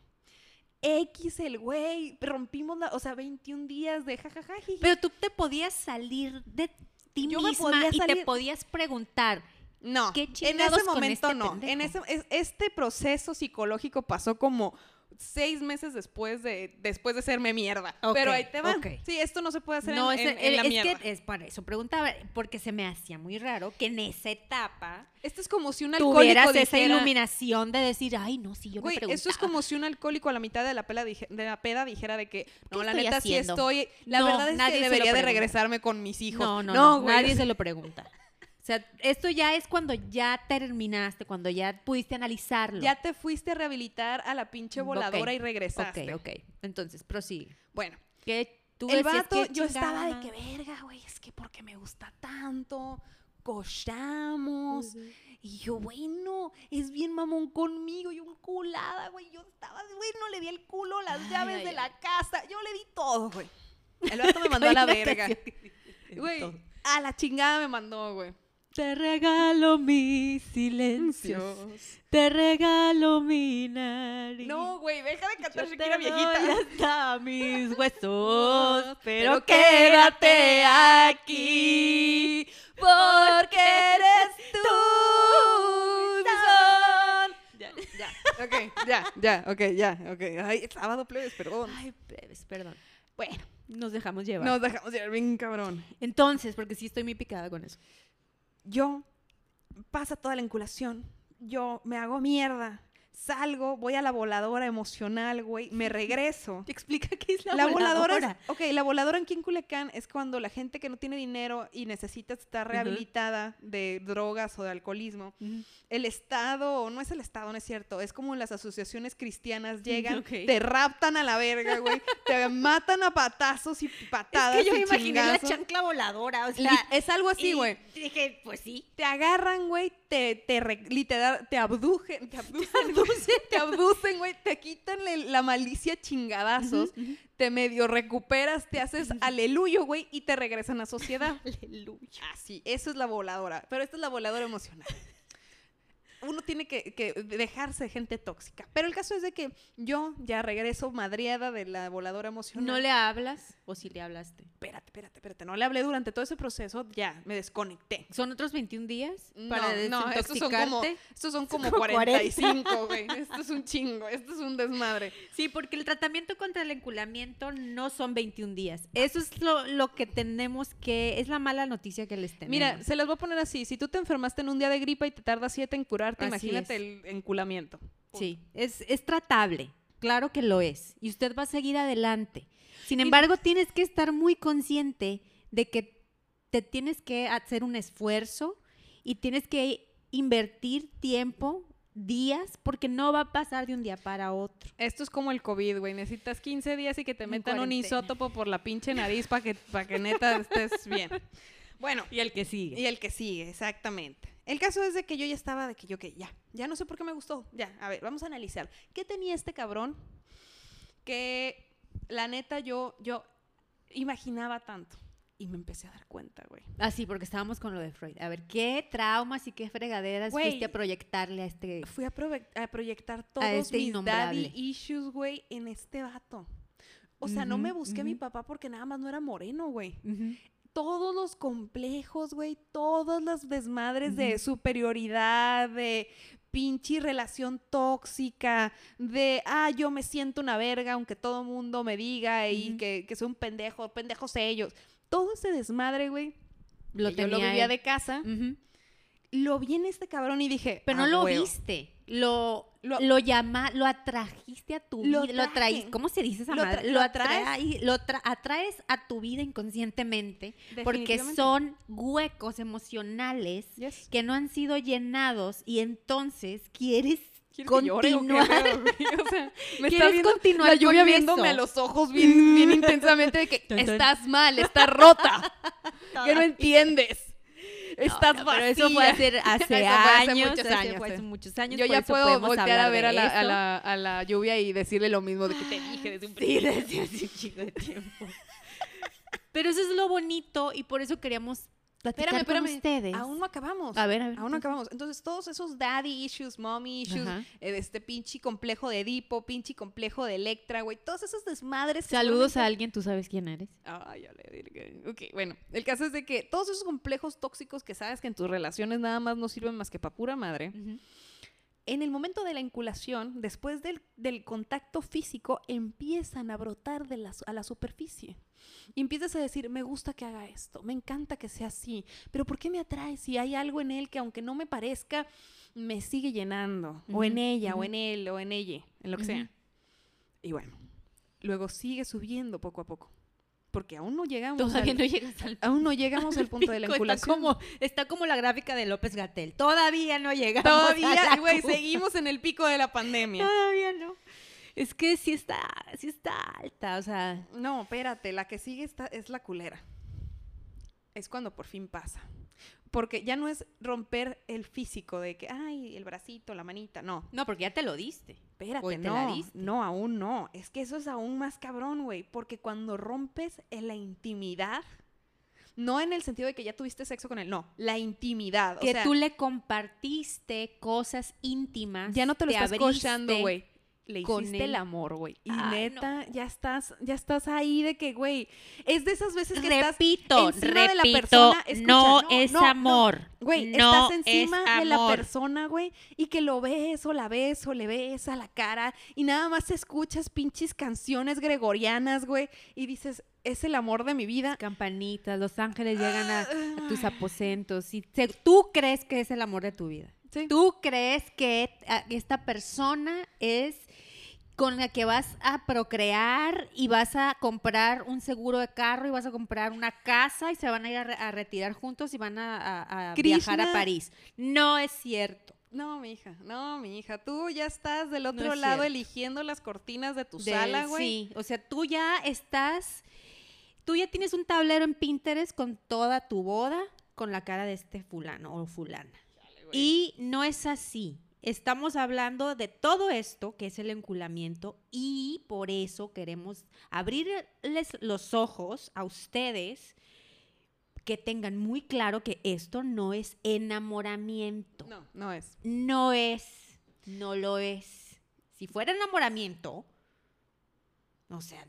[SPEAKER 1] X el güey, rompimos la, o sea, 21 días de jajaja. jiji.
[SPEAKER 2] Pero tú te podías salir de ti
[SPEAKER 1] Yo me podía
[SPEAKER 2] misma y te
[SPEAKER 1] salir-
[SPEAKER 2] podías preguntar.
[SPEAKER 1] no,
[SPEAKER 2] ¿qué
[SPEAKER 1] en
[SPEAKER 2] chingados
[SPEAKER 1] ese
[SPEAKER 2] con
[SPEAKER 1] momento
[SPEAKER 2] este
[SPEAKER 1] no.
[SPEAKER 2] pendejo?
[SPEAKER 1] En ese, es- este proceso psicológico pasó como seis meses después de, después de serme mierda.
[SPEAKER 2] Ok,
[SPEAKER 1] Pero ahí te va.
[SPEAKER 2] ok.
[SPEAKER 1] Sí, esto no se puede hacer
[SPEAKER 2] No,
[SPEAKER 1] en,
[SPEAKER 2] es,
[SPEAKER 1] en- en la
[SPEAKER 2] es
[SPEAKER 1] mierda.
[SPEAKER 2] que es para eso. Preguntaba, porque se me hacía muy raro que en esa etapa
[SPEAKER 1] Esto es como si un alcohólico
[SPEAKER 2] tuvieras esa
[SPEAKER 1] dijera-
[SPEAKER 2] iluminación de decir, ay, no, si yo
[SPEAKER 1] Güey,
[SPEAKER 2] me preguntaba.
[SPEAKER 1] esto es como si un alcohólico a la mitad de la, pela dije- de la peda dijera de que, no, la
[SPEAKER 2] estoy
[SPEAKER 1] neta sí
[SPEAKER 2] haciendo?
[SPEAKER 1] estoy, la
[SPEAKER 2] No,
[SPEAKER 1] verdad es que
[SPEAKER 2] nadie se lo
[SPEAKER 1] debería de
[SPEAKER 2] pregunta.
[SPEAKER 1] regresarme con mis hijos.
[SPEAKER 2] No, no, no,
[SPEAKER 1] güey.
[SPEAKER 2] nadie se lo pregunta. O sea, esto ya es cuando ya terminaste, cuando ya pudiste analizarlo.
[SPEAKER 1] Ya te fuiste a rehabilitar a la pinche
[SPEAKER 2] Ok,
[SPEAKER 1] voladora y regresaste.
[SPEAKER 2] Ok, ok. Entonces, prosigue.
[SPEAKER 1] Bueno,
[SPEAKER 2] Que tú
[SPEAKER 1] el
[SPEAKER 2] decías,
[SPEAKER 1] vato,
[SPEAKER 2] "Qué
[SPEAKER 1] yo estaba
[SPEAKER 2] chingada
[SPEAKER 1] de
[SPEAKER 2] madre".
[SPEAKER 1] que verga, güey, es que porque me gusta tanto, cochamos. Y yo, bueno, es bien mamón conmigo, yo un culada, güey. Yo estaba, güey, no le di el culo, las
[SPEAKER 2] Ay,
[SPEAKER 1] llaves
[SPEAKER 2] ay,
[SPEAKER 1] de
[SPEAKER 2] ay.
[SPEAKER 1] la casa. Yo le di todo, güey. El vato me mandó a la
[SPEAKER 2] Hay una
[SPEAKER 1] verga.
[SPEAKER 2] canción que-
[SPEAKER 1] Güey,
[SPEAKER 2] Todo.
[SPEAKER 1] a la chingada me mandó, güey.
[SPEAKER 2] Te regalo mi silencio. Te regalo mi nariz.
[SPEAKER 1] No, güey, deja de cantar
[SPEAKER 2] Yo
[SPEAKER 1] Shakira
[SPEAKER 2] te
[SPEAKER 1] viejita.
[SPEAKER 2] doy hasta mis huesos, pero
[SPEAKER 1] Pero
[SPEAKER 2] quédate
[SPEAKER 1] quédate
[SPEAKER 2] aquí, porque eres tú. mi sol.
[SPEAKER 1] Ya, ok, ya, ya, ok, ya, ok. Ay, es sábado, plebes, perdón.
[SPEAKER 2] Ay, plebes, perdón.
[SPEAKER 1] Bueno,
[SPEAKER 2] Nos dejamos llevar.
[SPEAKER 1] nos dejamos llevar bien cabrón.
[SPEAKER 2] Entonces, porque sí estoy muy picada con eso.
[SPEAKER 1] yo pasa toda la enculación, yo me hago mierda, salgo, voy a la voladora emocional, güey, me regreso.
[SPEAKER 2] Te explica qué es la,
[SPEAKER 1] La
[SPEAKER 2] voladora.
[SPEAKER 1] voladora, es- ok, la voladora aquí en Culiacán es cuando la gente que no tiene dinero y necesita estar
[SPEAKER 2] Ujú.
[SPEAKER 1] rehabilitada de drogas o de alcoholismo,
[SPEAKER 2] Ujú.
[SPEAKER 1] el Estado, o no es el Estado, no es cierto, es como las asociaciones cristianas llegan,
[SPEAKER 2] Ok.
[SPEAKER 1] te raptan a la verga, güey, te matan a patazos y patadas
[SPEAKER 2] Es que yo
[SPEAKER 1] y
[SPEAKER 2] me imaginé la
[SPEAKER 1] chingazos.
[SPEAKER 2] chancla voladora, o
[SPEAKER 1] Lit-
[SPEAKER 2] sea,
[SPEAKER 1] Es algo así,
[SPEAKER 2] y
[SPEAKER 1] güey.
[SPEAKER 2] Dije, pues sí.
[SPEAKER 1] Te agarran, güey, te, te re- literal, te abdujen, te abducen, güey, te abducen, güey, te quitan el- la malicia chingadazos, te medio recuperas, te haces aleluyo, güey, y te regresan a sociedad.
[SPEAKER 2] Aleluya.
[SPEAKER 1] Así, eso es la voladora, pero esta es la voladora emocional. Uno tiene que, que dejarse de gente tóxica. Pero el caso es de que yo ya regreso madriada de la voladora emocional.
[SPEAKER 2] ¿No le hablas o si le hablaste?
[SPEAKER 1] Espérate, espérate, espérate. No le hablé durante todo ese proceso, ya, me desconecté.
[SPEAKER 2] ¿Son otros 21 días para
[SPEAKER 1] Para no, estos son
[SPEAKER 2] desintoxicarte?
[SPEAKER 1] como, estos son como
[SPEAKER 2] como
[SPEAKER 1] 45, güey. Esto es un chingo, esto es un desmadre.
[SPEAKER 2] Sí, porque el tratamiento contra el enculamiento no son 21 días. Eso es lo, lo que tenemos que... Es la mala noticia que les tenemos.
[SPEAKER 1] Mira, se las voy a poner así. Si tú te enfermaste en un día de gripa y te tardas 7 en curarte,
[SPEAKER 2] Así
[SPEAKER 1] imagínate
[SPEAKER 2] es.
[SPEAKER 1] el enculamiento. Punto.
[SPEAKER 2] Sí, es, es tratable, claro que lo es, y usted va a seguir adelante. Sin
[SPEAKER 1] Y-
[SPEAKER 2] embargo, tienes que estar muy consciente de que te tienes que hacer un esfuerzo y tienes que invertir tiempo, días, porque no va a pasar de un día para otro.
[SPEAKER 1] Esto es como el COVID, güey. Necesitas 15 días y que te
[SPEAKER 2] En
[SPEAKER 1] metan un
[SPEAKER 2] cuarentena.
[SPEAKER 1] isótopo por la pinche nariz para que, pa' que neta estés bien. Bueno,
[SPEAKER 2] Y el que sigue.
[SPEAKER 1] y el que sigue, exactamente. El caso es de que yo ya estaba de que yo que ya, ya no sé por qué me gustó. Ya, a ver, vamos a analizar. ¿Qué tenía este cabrón que la neta yo yo imaginaba tanto? Y me empecé a dar cuenta, güey.
[SPEAKER 2] Así, ah, porque estábamos con lo de Freud. A ver, ¿qué traumas y qué fregaderas
[SPEAKER 1] Güey.
[SPEAKER 2] fuiste a proyectarle a este?
[SPEAKER 1] Fui a, prove- a proyectar todos
[SPEAKER 2] este
[SPEAKER 1] mis daddy
[SPEAKER 2] innombrable.
[SPEAKER 1] issues, güey, en este vato. O sea, no
[SPEAKER 2] Ujú,
[SPEAKER 1] me busqué a mi
[SPEAKER 2] ujú.
[SPEAKER 1] papá porque nada más no era moreno, güey.
[SPEAKER 2] Ujú.
[SPEAKER 1] todos los complejos, güey, todas las desmadres de
[SPEAKER 2] Ujú.
[SPEAKER 1] superioridad, de pinche relación tóxica, de, ah, yo me siento una verga aunque todo mundo me diga y
[SPEAKER 2] Ujú.
[SPEAKER 1] que, que soy un pendejo, pendejos ellos. Todo ese desmadre, güey,
[SPEAKER 2] Lo
[SPEAKER 1] que yo lo
[SPEAKER 2] tenía
[SPEAKER 1] vivía
[SPEAKER 2] él.
[SPEAKER 1] de casa,
[SPEAKER 2] Ujú.
[SPEAKER 1] lo vi en este cabrón y dije,
[SPEAKER 2] Pero
[SPEAKER 1] "Ah,
[SPEAKER 2] no lo
[SPEAKER 1] huevo".
[SPEAKER 2] viste. Lo,
[SPEAKER 1] Lo-
[SPEAKER 2] lo, llama, lo atrajiste a tu
[SPEAKER 1] Lo
[SPEAKER 2] vida. Lo atraí.
[SPEAKER 1] traje.
[SPEAKER 2] ¿Cómo se dice esa
[SPEAKER 1] Lo tra-
[SPEAKER 2] madre?
[SPEAKER 1] lo
[SPEAKER 2] Lo
[SPEAKER 1] atraes.
[SPEAKER 2] atraes. Lo tra- atraes a tu vida inconscientemente. Porque
[SPEAKER 1] Definitivamente.
[SPEAKER 2] son huecos emocionales
[SPEAKER 1] Yes.
[SPEAKER 2] que no han sido llenados. Y entonces quieres
[SPEAKER 1] ¿Quieres que llore o qué
[SPEAKER 2] continuar.
[SPEAKER 1] pedo, güey? O sea, me está
[SPEAKER 2] ¿Quieres
[SPEAKER 1] viendo
[SPEAKER 2] continuar
[SPEAKER 1] la lluvia
[SPEAKER 2] con
[SPEAKER 1] viéndome
[SPEAKER 2] eso?
[SPEAKER 1] a los ojos bien, bien intensamente de que
[SPEAKER 2] Tan, tan.
[SPEAKER 1] estás mal, estás rota, que no entiendes, estás
[SPEAKER 2] No, no,
[SPEAKER 1] vacía.
[SPEAKER 2] pero eso fue hace, hace
[SPEAKER 1] fue hace
[SPEAKER 2] años.
[SPEAKER 1] muchos
[SPEAKER 2] hace-
[SPEAKER 1] años,
[SPEAKER 2] fue hace
[SPEAKER 1] sí.
[SPEAKER 2] muchos años.
[SPEAKER 1] Yo
[SPEAKER 2] por
[SPEAKER 1] ya
[SPEAKER 2] eso
[SPEAKER 1] puedo
[SPEAKER 2] podemos
[SPEAKER 1] voltear a
[SPEAKER 2] hablar
[SPEAKER 1] ver
[SPEAKER 2] de
[SPEAKER 1] a la, a
[SPEAKER 2] eso.
[SPEAKER 1] la- a la lluvia y decirle lo mismo de que te dije desde un
[SPEAKER 2] Sí,
[SPEAKER 1] principio.
[SPEAKER 2] desde hace un chico de tiempo. Pero eso es lo bonito y por eso queríamos platicar
[SPEAKER 1] Espérame,
[SPEAKER 2] con
[SPEAKER 1] espérame,
[SPEAKER 2] ustedes.
[SPEAKER 1] Aún no acabamos.
[SPEAKER 2] A ver, a ver.
[SPEAKER 1] Aún no acabamos. Entonces, todos esos daddy issues, mommy issues,
[SPEAKER 2] Ajá.
[SPEAKER 1] eh, este pinche complejo de Edipo, pinche complejo de Electra, güey, todos esos desmadres. que
[SPEAKER 2] Saludos
[SPEAKER 1] seguramente-
[SPEAKER 2] a alguien, tú sabes quién eres.
[SPEAKER 1] Ah, ya le diré. Ok, bueno, el caso es de que todos esos complejos tóxicos que sabes que en tus relaciones nada más no sirven más que para pura madre, en el momento de la inculación, después del, del contacto físico, empiezan a brotar de la su- a la superficie. Y empiezas a decir, me gusta que haga esto, me encanta que sea así, pero ¿por qué me atrae si hay algo en él que aunque no me parezca, me sigue llenando? O en
[SPEAKER 2] Ujú,
[SPEAKER 1] ella, o
[SPEAKER 2] ujú.
[SPEAKER 1] en él, o en ella, en lo que sea. Y bueno, luego sigue subiendo poco a poco, porque aún no llegamos,
[SPEAKER 2] Todavía
[SPEAKER 1] al-
[SPEAKER 2] no llegas al
[SPEAKER 1] aún no llegamos al punto de la
[SPEAKER 2] pico, Está
[SPEAKER 1] inculación.
[SPEAKER 2] como, está como la gráfica de López Gatel. Todavía no llegamos. a
[SPEAKER 1] Todavía,
[SPEAKER 2] la
[SPEAKER 1] güey,
[SPEAKER 2] cuna.
[SPEAKER 1] seguimos en el pico de la pandemia.
[SPEAKER 2] Todavía no. Es que sí está, sí está alta, o sea.
[SPEAKER 1] No, espérate, la que sigue está, es la culera. Es cuando por fin pasa. Porque ya no es romper el físico de que, ay, el bracito, la manita, no.
[SPEAKER 2] No, porque ya te lo diste.
[SPEAKER 1] Espérate,
[SPEAKER 2] Hoy te la
[SPEAKER 1] no,
[SPEAKER 2] diste.
[SPEAKER 1] no, aún no. Es que eso es aún más cabrón, güey. Porque cuando rompes en la intimidad, no en el sentido de que ya tuviste sexo con él, no, la intimidad.
[SPEAKER 2] Que
[SPEAKER 1] o sea,
[SPEAKER 2] tú le compartiste cosas íntimas.
[SPEAKER 1] ya no te lo estás
[SPEAKER 2] abriste.
[SPEAKER 1] cochando, güey. Le
[SPEAKER 2] con
[SPEAKER 1] hiciste
[SPEAKER 2] él.
[SPEAKER 1] el amor, güey. Y
[SPEAKER 2] Ay,
[SPEAKER 1] neta, ya estás, ya estás ahí de que, güey, es de esas veces que estás
[SPEAKER 2] repito,
[SPEAKER 1] encima de la
[SPEAKER 2] repito,
[SPEAKER 1] persona, escucha,
[SPEAKER 2] no,
[SPEAKER 1] no,
[SPEAKER 2] es
[SPEAKER 1] no, no.
[SPEAKER 2] amor.
[SPEAKER 1] Güey,
[SPEAKER 2] no
[SPEAKER 1] estás encima
[SPEAKER 2] es
[SPEAKER 1] de la
[SPEAKER 2] amor.
[SPEAKER 1] persona, güey, y que lo ves o la ves o le ves a la cara y nada más escuchas pinches canciones gregorianas, güey, y dices, es el amor de mi vida.
[SPEAKER 2] Campanitas, los ángeles llegan a, a
[SPEAKER 1] Ah.
[SPEAKER 2] tus aposentos y te- tú crees que es el amor de tu vida.
[SPEAKER 1] Sí.
[SPEAKER 2] Tú crees que a- esta persona es con la que vas a procrear y vas a comprar un seguro de carro y vas a comprar una casa y se van a ir a, re- a retirar juntos y van a, a- a viajar
[SPEAKER 1] Krishna.
[SPEAKER 2] a París. No es cierto.
[SPEAKER 1] No, mi hija, no, mi hija, tú ya estás del otro
[SPEAKER 2] es
[SPEAKER 1] lado
[SPEAKER 2] cierto.
[SPEAKER 1] eligiendo las cortinas de tu
[SPEAKER 2] del-
[SPEAKER 1] sala, güey.
[SPEAKER 2] Sí, o sea, tú ya estás, tú ya tienes un tablero en Pinterest con toda tu boda, con la cara de este fulano o fulana. Y no es así. Estamos hablando de todo esto, que es el enculamiento, y por eso queremos abrirles los ojos a ustedes que tengan muy claro que esto no es enamoramiento.
[SPEAKER 1] No, no es.
[SPEAKER 2] No es, no lo es. Si fuera enamoramiento, o sea,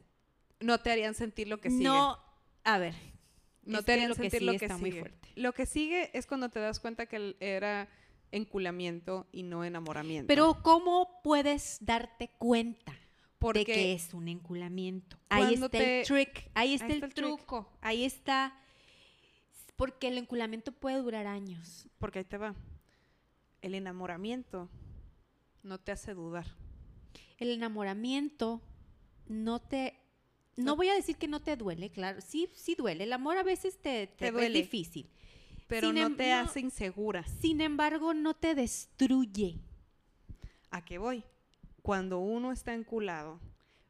[SPEAKER 1] No te harían sentir lo que sigue.
[SPEAKER 2] no, a ver,
[SPEAKER 1] No te
[SPEAKER 2] Es que
[SPEAKER 1] harían
[SPEAKER 2] lo que
[SPEAKER 1] sentir
[SPEAKER 2] sigue
[SPEAKER 1] lo que
[SPEAKER 2] está muy
[SPEAKER 1] sigue.
[SPEAKER 2] fuerte.
[SPEAKER 1] Lo que sigue es cuando te das cuenta que el- era enculamiento y no enamoramiento.
[SPEAKER 2] pero ¿cómo puedes darte cuenta
[SPEAKER 1] porque
[SPEAKER 2] de que es un enculamiento? Ahí
[SPEAKER 1] cuando
[SPEAKER 2] está
[SPEAKER 1] te-
[SPEAKER 2] el trick, ahí
[SPEAKER 1] ahí
[SPEAKER 2] está Este el
[SPEAKER 1] está el trick.
[SPEAKER 2] truco, ahí está, porque el enculamiento puede durar años.
[SPEAKER 1] porque ahí te va. El enamoramiento No te hace dudar.
[SPEAKER 2] El enamoramiento no te...
[SPEAKER 1] No-
[SPEAKER 2] No voy a decir que no te duele, claro. Sí, sí duele. El amor a veces te, te-
[SPEAKER 1] duele.
[SPEAKER 2] Es difícil.
[SPEAKER 1] Pero
[SPEAKER 2] Sin
[SPEAKER 1] no
[SPEAKER 2] em-
[SPEAKER 1] te
[SPEAKER 2] no-
[SPEAKER 1] hace insegura.
[SPEAKER 2] Sin embargo, no te destruye.
[SPEAKER 1] ¿A qué voy? Cuando uno está enculado,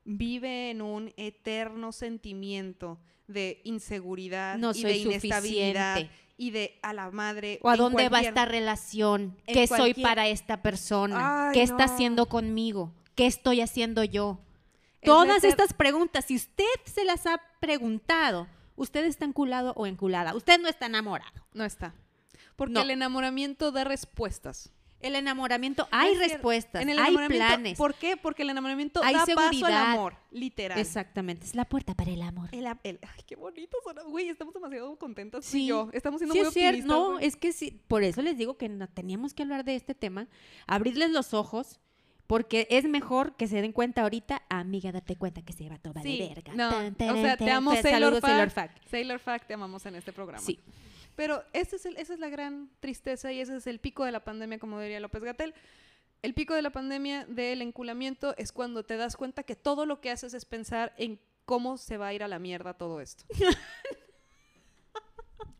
[SPEAKER 1] vive en un eterno sentimiento de inseguridad
[SPEAKER 2] No
[SPEAKER 1] y
[SPEAKER 2] soy
[SPEAKER 1] de inestabilidad
[SPEAKER 2] suficiente.
[SPEAKER 1] y de a la madre.
[SPEAKER 2] ¿O a
[SPEAKER 1] en
[SPEAKER 2] dónde va
[SPEAKER 1] cualquier-
[SPEAKER 2] esta relación?
[SPEAKER 1] en
[SPEAKER 2] ¿Qué soy
[SPEAKER 1] cualquier-
[SPEAKER 2] para esta persona?
[SPEAKER 1] Ay,
[SPEAKER 2] ¿Qué está
[SPEAKER 1] no.
[SPEAKER 2] haciendo conmigo? ¿Qué estoy haciendo yo?
[SPEAKER 1] Es
[SPEAKER 2] Todas
[SPEAKER 1] meter-
[SPEAKER 2] estas preguntas, si usted se las ha preguntado, usted está enculado o enculada. Usted no está enamorado.
[SPEAKER 1] No está. Porque
[SPEAKER 2] No.
[SPEAKER 1] el enamoramiento da respuestas.
[SPEAKER 2] El enamoramiento, hay
[SPEAKER 1] Es cierto,
[SPEAKER 2] respuestas,
[SPEAKER 1] en el
[SPEAKER 2] hay
[SPEAKER 1] enamoramiento-
[SPEAKER 2] planes.
[SPEAKER 1] ¿Por qué? Porque el enamoramiento
[SPEAKER 2] Hay
[SPEAKER 1] da paso al
[SPEAKER 2] seguridad.
[SPEAKER 1] amor, literal.
[SPEAKER 2] Exactamente, es la puerta para el amor.
[SPEAKER 1] El a- el- ay, qué bonito suena. Güey, estamos demasiado contentas tú y
[SPEAKER 2] Sí.
[SPEAKER 1] yo. Estamos siendo
[SPEAKER 2] Sí,
[SPEAKER 1] muy
[SPEAKER 2] es cierto,
[SPEAKER 1] optimistas.
[SPEAKER 2] no,
[SPEAKER 1] güey.
[SPEAKER 2] es que sí, por eso les digo que no, teníamos que hablar de este tema, abrirles los ojos, porque es mejor que se den cuenta ahorita, amiga, date cuenta que se va todo
[SPEAKER 1] Sí,
[SPEAKER 2] de verga.
[SPEAKER 1] no,
[SPEAKER 2] Tan,
[SPEAKER 1] o
[SPEAKER 2] tan,
[SPEAKER 1] sea, te
[SPEAKER 2] tan,
[SPEAKER 1] amo,
[SPEAKER 2] tan.
[SPEAKER 1] Sailor
[SPEAKER 2] Saludos,
[SPEAKER 1] Fag.
[SPEAKER 2] Sailor Fag.
[SPEAKER 1] Sailor Fact, te amamos en este programa.
[SPEAKER 2] Sí,
[SPEAKER 1] Pero ese es el- esa es la gran tristeza y ese es el pico de la pandemia, como diría López Gatel. El pico de la pandemia del enculamiento es cuando te das cuenta que todo lo que haces es pensar en cómo se va a ir a la mierda todo esto.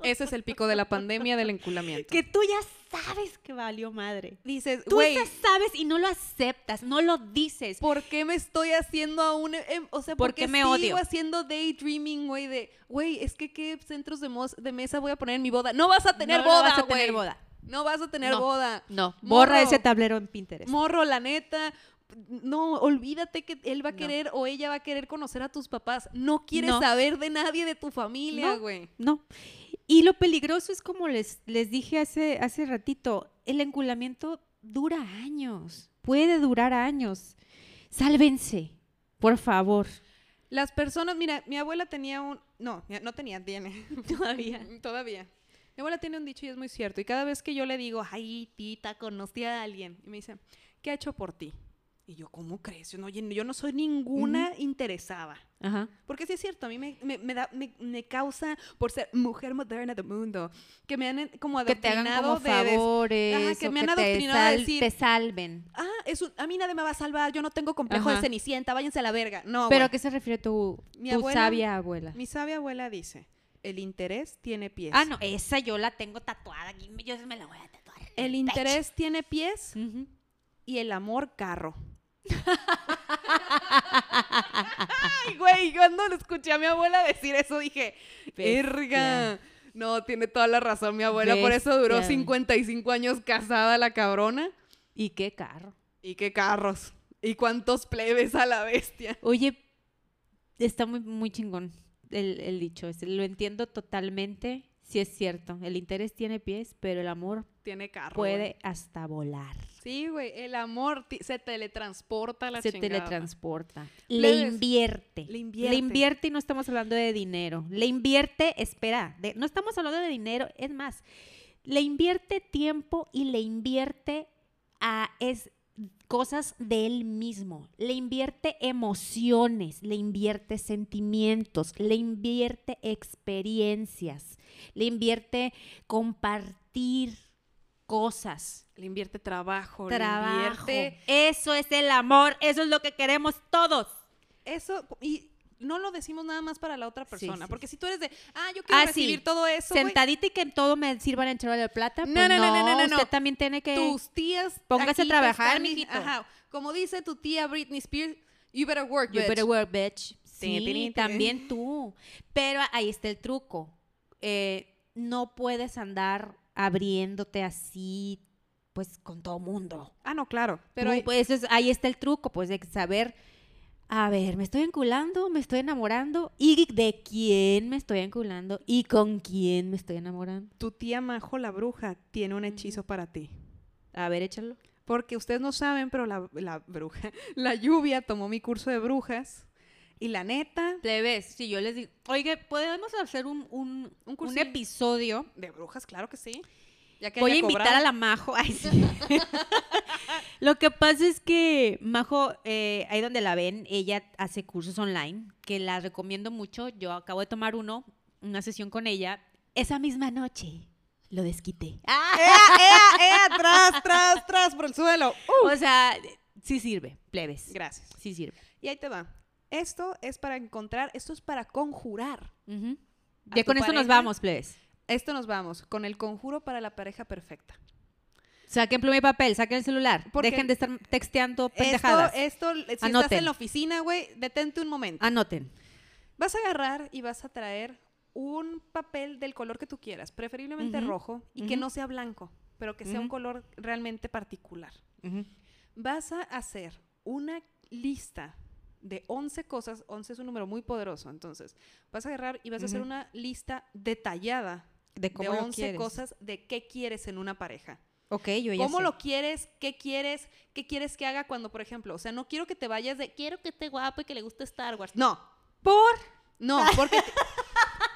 [SPEAKER 1] ese es el pico de la pandemia del enculamiento.
[SPEAKER 2] que tú ya sabes que valió madre.
[SPEAKER 1] dices,
[SPEAKER 2] Tú
[SPEAKER 1] güey,
[SPEAKER 2] ya sabes y no lo aceptas, no lo dices.
[SPEAKER 1] ¿por qué me estoy haciendo aún, em- o sea, por,
[SPEAKER 2] ¿Por
[SPEAKER 1] qué,
[SPEAKER 2] qué me
[SPEAKER 1] sigo
[SPEAKER 2] odio?
[SPEAKER 1] haciendo daydreaming, güey, de, güey, es que qué centros de, mos- de mesa voy a poner en mi boda? No vas a tener
[SPEAKER 2] No lo
[SPEAKER 1] boda,
[SPEAKER 2] vas a
[SPEAKER 1] güey.
[SPEAKER 2] tener boda.
[SPEAKER 1] No vas a tener
[SPEAKER 2] No. Este.
[SPEAKER 1] boda.
[SPEAKER 2] No,
[SPEAKER 1] Morro.
[SPEAKER 2] borra ese tablero en Pinterest.
[SPEAKER 1] Morro, la neta. No, olvídate que él va a
[SPEAKER 2] No.
[SPEAKER 1] querer o ella va a querer conocer a tus papás. No quieres
[SPEAKER 2] No.
[SPEAKER 1] saber de nadie de tu familia,
[SPEAKER 2] No.
[SPEAKER 1] güey.
[SPEAKER 2] No. Y lo peligroso es como les, les dije hace, hace ratito, el enculamiento dura años, puede durar años. Sálvense, por favor.
[SPEAKER 1] Las personas, mira, mi abuela tenía un. No, mi- no tenía, tiene.
[SPEAKER 2] Todavía.
[SPEAKER 1] Todavía. Mi abuela tiene un dicho y es muy cierto. Y cada vez que yo le digo, ay, tita, conocí a alguien. Y me dice, ¿qué ha hecho por ti? Y yo, ¿cómo crees? Yo no, yo no soy ninguna interesada.
[SPEAKER 2] Ajá.
[SPEAKER 1] Porque sí es cierto, a mí me, me, me da, me, me causa por ser mujer moderna del mundo. Que me han eh, como
[SPEAKER 2] Que te
[SPEAKER 1] adoctrinado
[SPEAKER 2] hagan como
[SPEAKER 1] de des-
[SPEAKER 2] favores,
[SPEAKER 1] Ajá, que
[SPEAKER 2] o
[SPEAKER 1] me han
[SPEAKER 2] te,
[SPEAKER 1] adoctrinado a
[SPEAKER 2] sal-
[SPEAKER 1] decir-
[SPEAKER 2] te salven.
[SPEAKER 1] Ah, es un- a mí nadie me va a salvar, yo no tengo complejo de
[SPEAKER 2] Ajá.
[SPEAKER 1] cenicienta, váyanse a la verga. No,
[SPEAKER 2] Pero
[SPEAKER 1] Pero
[SPEAKER 2] ¿a qué se refiere tu,
[SPEAKER 1] Mi
[SPEAKER 2] tu
[SPEAKER 1] abuela-
[SPEAKER 2] sabia abuela?
[SPEAKER 1] mi sabia abuela dice, el interés tiene pies.
[SPEAKER 2] Ah, no, esa yo la tengo tatuada aquí, yo me la voy a tatuar. en
[SPEAKER 1] El
[SPEAKER 2] pecho.
[SPEAKER 1] interés tiene pies
[SPEAKER 2] Ujú.
[SPEAKER 1] y el amor carro. Ay, güey, yo cuando le escuché a mi abuela decir eso dije, verga. No, tiene toda la razón mi abuela, por eso duró
[SPEAKER 2] Bestia.
[SPEAKER 1] 55 años casada la cabrona.
[SPEAKER 2] Y qué carro.
[SPEAKER 1] Y qué carros. Y cuántos plebes a la bestia.
[SPEAKER 2] Oye, está muy, muy chingón el, el dicho. ese. Lo entiendo totalmente. Sí es cierto. El interés tiene pies, pero el amor
[SPEAKER 1] Tiene carro.
[SPEAKER 2] puede
[SPEAKER 1] güey.
[SPEAKER 2] hasta volar.
[SPEAKER 1] Sí, güey. El amor ti- se teletransporta a la
[SPEAKER 2] Se
[SPEAKER 1] chingada.
[SPEAKER 2] teletransporta.
[SPEAKER 1] Plebes,
[SPEAKER 2] Le invierte.
[SPEAKER 1] le invierte.
[SPEAKER 2] Le invierte y no estamos hablando de dinero. Le invierte, espera, de- no estamos hablando de dinero. Es más, le invierte tiempo y le invierte a es, cosas de él mismo. Le invierte emociones, le invierte sentimientos, le invierte experiencias, le invierte compartir cosas.
[SPEAKER 1] Le invierte trabajo.
[SPEAKER 2] Trabajo.
[SPEAKER 1] Le invierte.
[SPEAKER 2] Eso es el amor, eso es lo que queremos todos.
[SPEAKER 1] Eso. Y no lo decimos nada más para la otra
[SPEAKER 2] Sí,
[SPEAKER 1] persona.
[SPEAKER 2] sí,
[SPEAKER 1] porque si tú eres de, ah, yo quiero
[SPEAKER 2] Ah, sí.
[SPEAKER 1] recibir todo eso. güey",
[SPEAKER 2] Sentadita y que en todo me sirvan en charola de plata.
[SPEAKER 1] No,
[SPEAKER 2] pues
[SPEAKER 1] no, no, no, no, no,
[SPEAKER 2] usted
[SPEAKER 1] no.
[SPEAKER 2] también tiene que.
[SPEAKER 1] Tus tías.
[SPEAKER 2] Póngase a
[SPEAKER 1] aquí te
[SPEAKER 2] trabajar,
[SPEAKER 1] están-
[SPEAKER 2] mijito.
[SPEAKER 1] Ajá. Como dice tu tía Britney Spears, you better work,
[SPEAKER 2] You
[SPEAKER 1] bitch.
[SPEAKER 2] better work, bitch.
[SPEAKER 1] Tin, tin, tin.
[SPEAKER 2] Sí, también tú. Pero ahí está el truco. Eh, no puedes andar abriéndote así, pues, con todo mundo.
[SPEAKER 1] Ah, no, claro. Pero
[SPEAKER 2] Pero
[SPEAKER 1] hay-
[SPEAKER 2] pues, eso es- ahí está el truco, pues, de saber. A ver, ¿me estoy enculando? ¿Me estoy enamorando? ¿Y de quién me estoy enculando? ¿Y con quién me estoy enamorando?
[SPEAKER 1] tu tía Majo la bruja tiene un hechizo para ti.
[SPEAKER 2] A ver, échalo.
[SPEAKER 1] Porque ustedes no saben, pero la, la bruja, la lluvia tomó mi curso de brujas y la neta,
[SPEAKER 2] Plebes, si yo les digo, oye, podemos hacer un, un, un
[SPEAKER 1] cursillo.
[SPEAKER 2] episodio.
[SPEAKER 1] de brujas, claro que sí. Ya que
[SPEAKER 2] Voy a
[SPEAKER 1] haya
[SPEAKER 2] invitar
[SPEAKER 1] cobrado.
[SPEAKER 2] a la Majo. Ay, sí. Lo que pasa es que Majo, eh, ahí donde la ven, ella hace cursos online, que la recomiendo mucho. Yo acabo de tomar uno, una sesión con ella, esa misma noche. Lo desquité.
[SPEAKER 1] ¡Ea, ea,
[SPEAKER 2] Eh,
[SPEAKER 1] ea! ¡Tras, tras, tras! Por el suelo. ¡Uh!
[SPEAKER 2] O sea, sí sirve, plebes.
[SPEAKER 1] Gracias.
[SPEAKER 2] Sí sirve.
[SPEAKER 1] Y ahí te va. Esto es para encontrar, esto es para conjurar.
[SPEAKER 2] Ujú.
[SPEAKER 1] A
[SPEAKER 2] Ya
[SPEAKER 1] tu
[SPEAKER 2] con esto nos
[SPEAKER 1] pareja.
[SPEAKER 2] vamos, plebes.
[SPEAKER 1] Esto nos vamos con el conjuro para la pareja perfecta.
[SPEAKER 2] Saquen pluma y papel, saquen el celular.
[SPEAKER 1] Porque-
[SPEAKER 2] Dejen de estar texteando
[SPEAKER 1] Esto,
[SPEAKER 2] pendejadas.
[SPEAKER 1] esto, si estás
[SPEAKER 2] Anoten. Ah.
[SPEAKER 1] en la oficina, güey, detente un momento.
[SPEAKER 2] Anoten.
[SPEAKER 1] Vas a agarrar y vas a traer un papel del color que tú quieras, preferiblemente
[SPEAKER 2] Ujú,
[SPEAKER 1] rojo y que
[SPEAKER 2] ujú.
[SPEAKER 1] no sea blanco, pero que sea un
[SPEAKER 2] Ujú.
[SPEAKER 1] color realmente particular. Vas a hacer una lista de 11 cosas, 11 es un número muy poderoso, entonces vas a agarrar y vas a hacer
[SPEAKER 2] Ujú.
[SPEAKER 1] una lista detallada
[SPEAKER 2] De
[SPEAKER 1] de
[SPEAKER 2] cómo lo
[SPEAKER 1] 11
[SPEAKER 2] quieres.
[SPEAKER 1] cosas de qué quieres en una pareja.
[SPEAKER 2] Ok, yo ya
[SPEAKER 1] ¿Cómo
[SPEAKER 2] sé.
[SPEAKER 1] lo quieres? ¿Qué quieres? ¿Qué quieres que haga cuando, por ejemplo, o sea, no quiero que te vayas de quiero que esté guapo y que le guste Star Wars? No. ¿Por? No, porque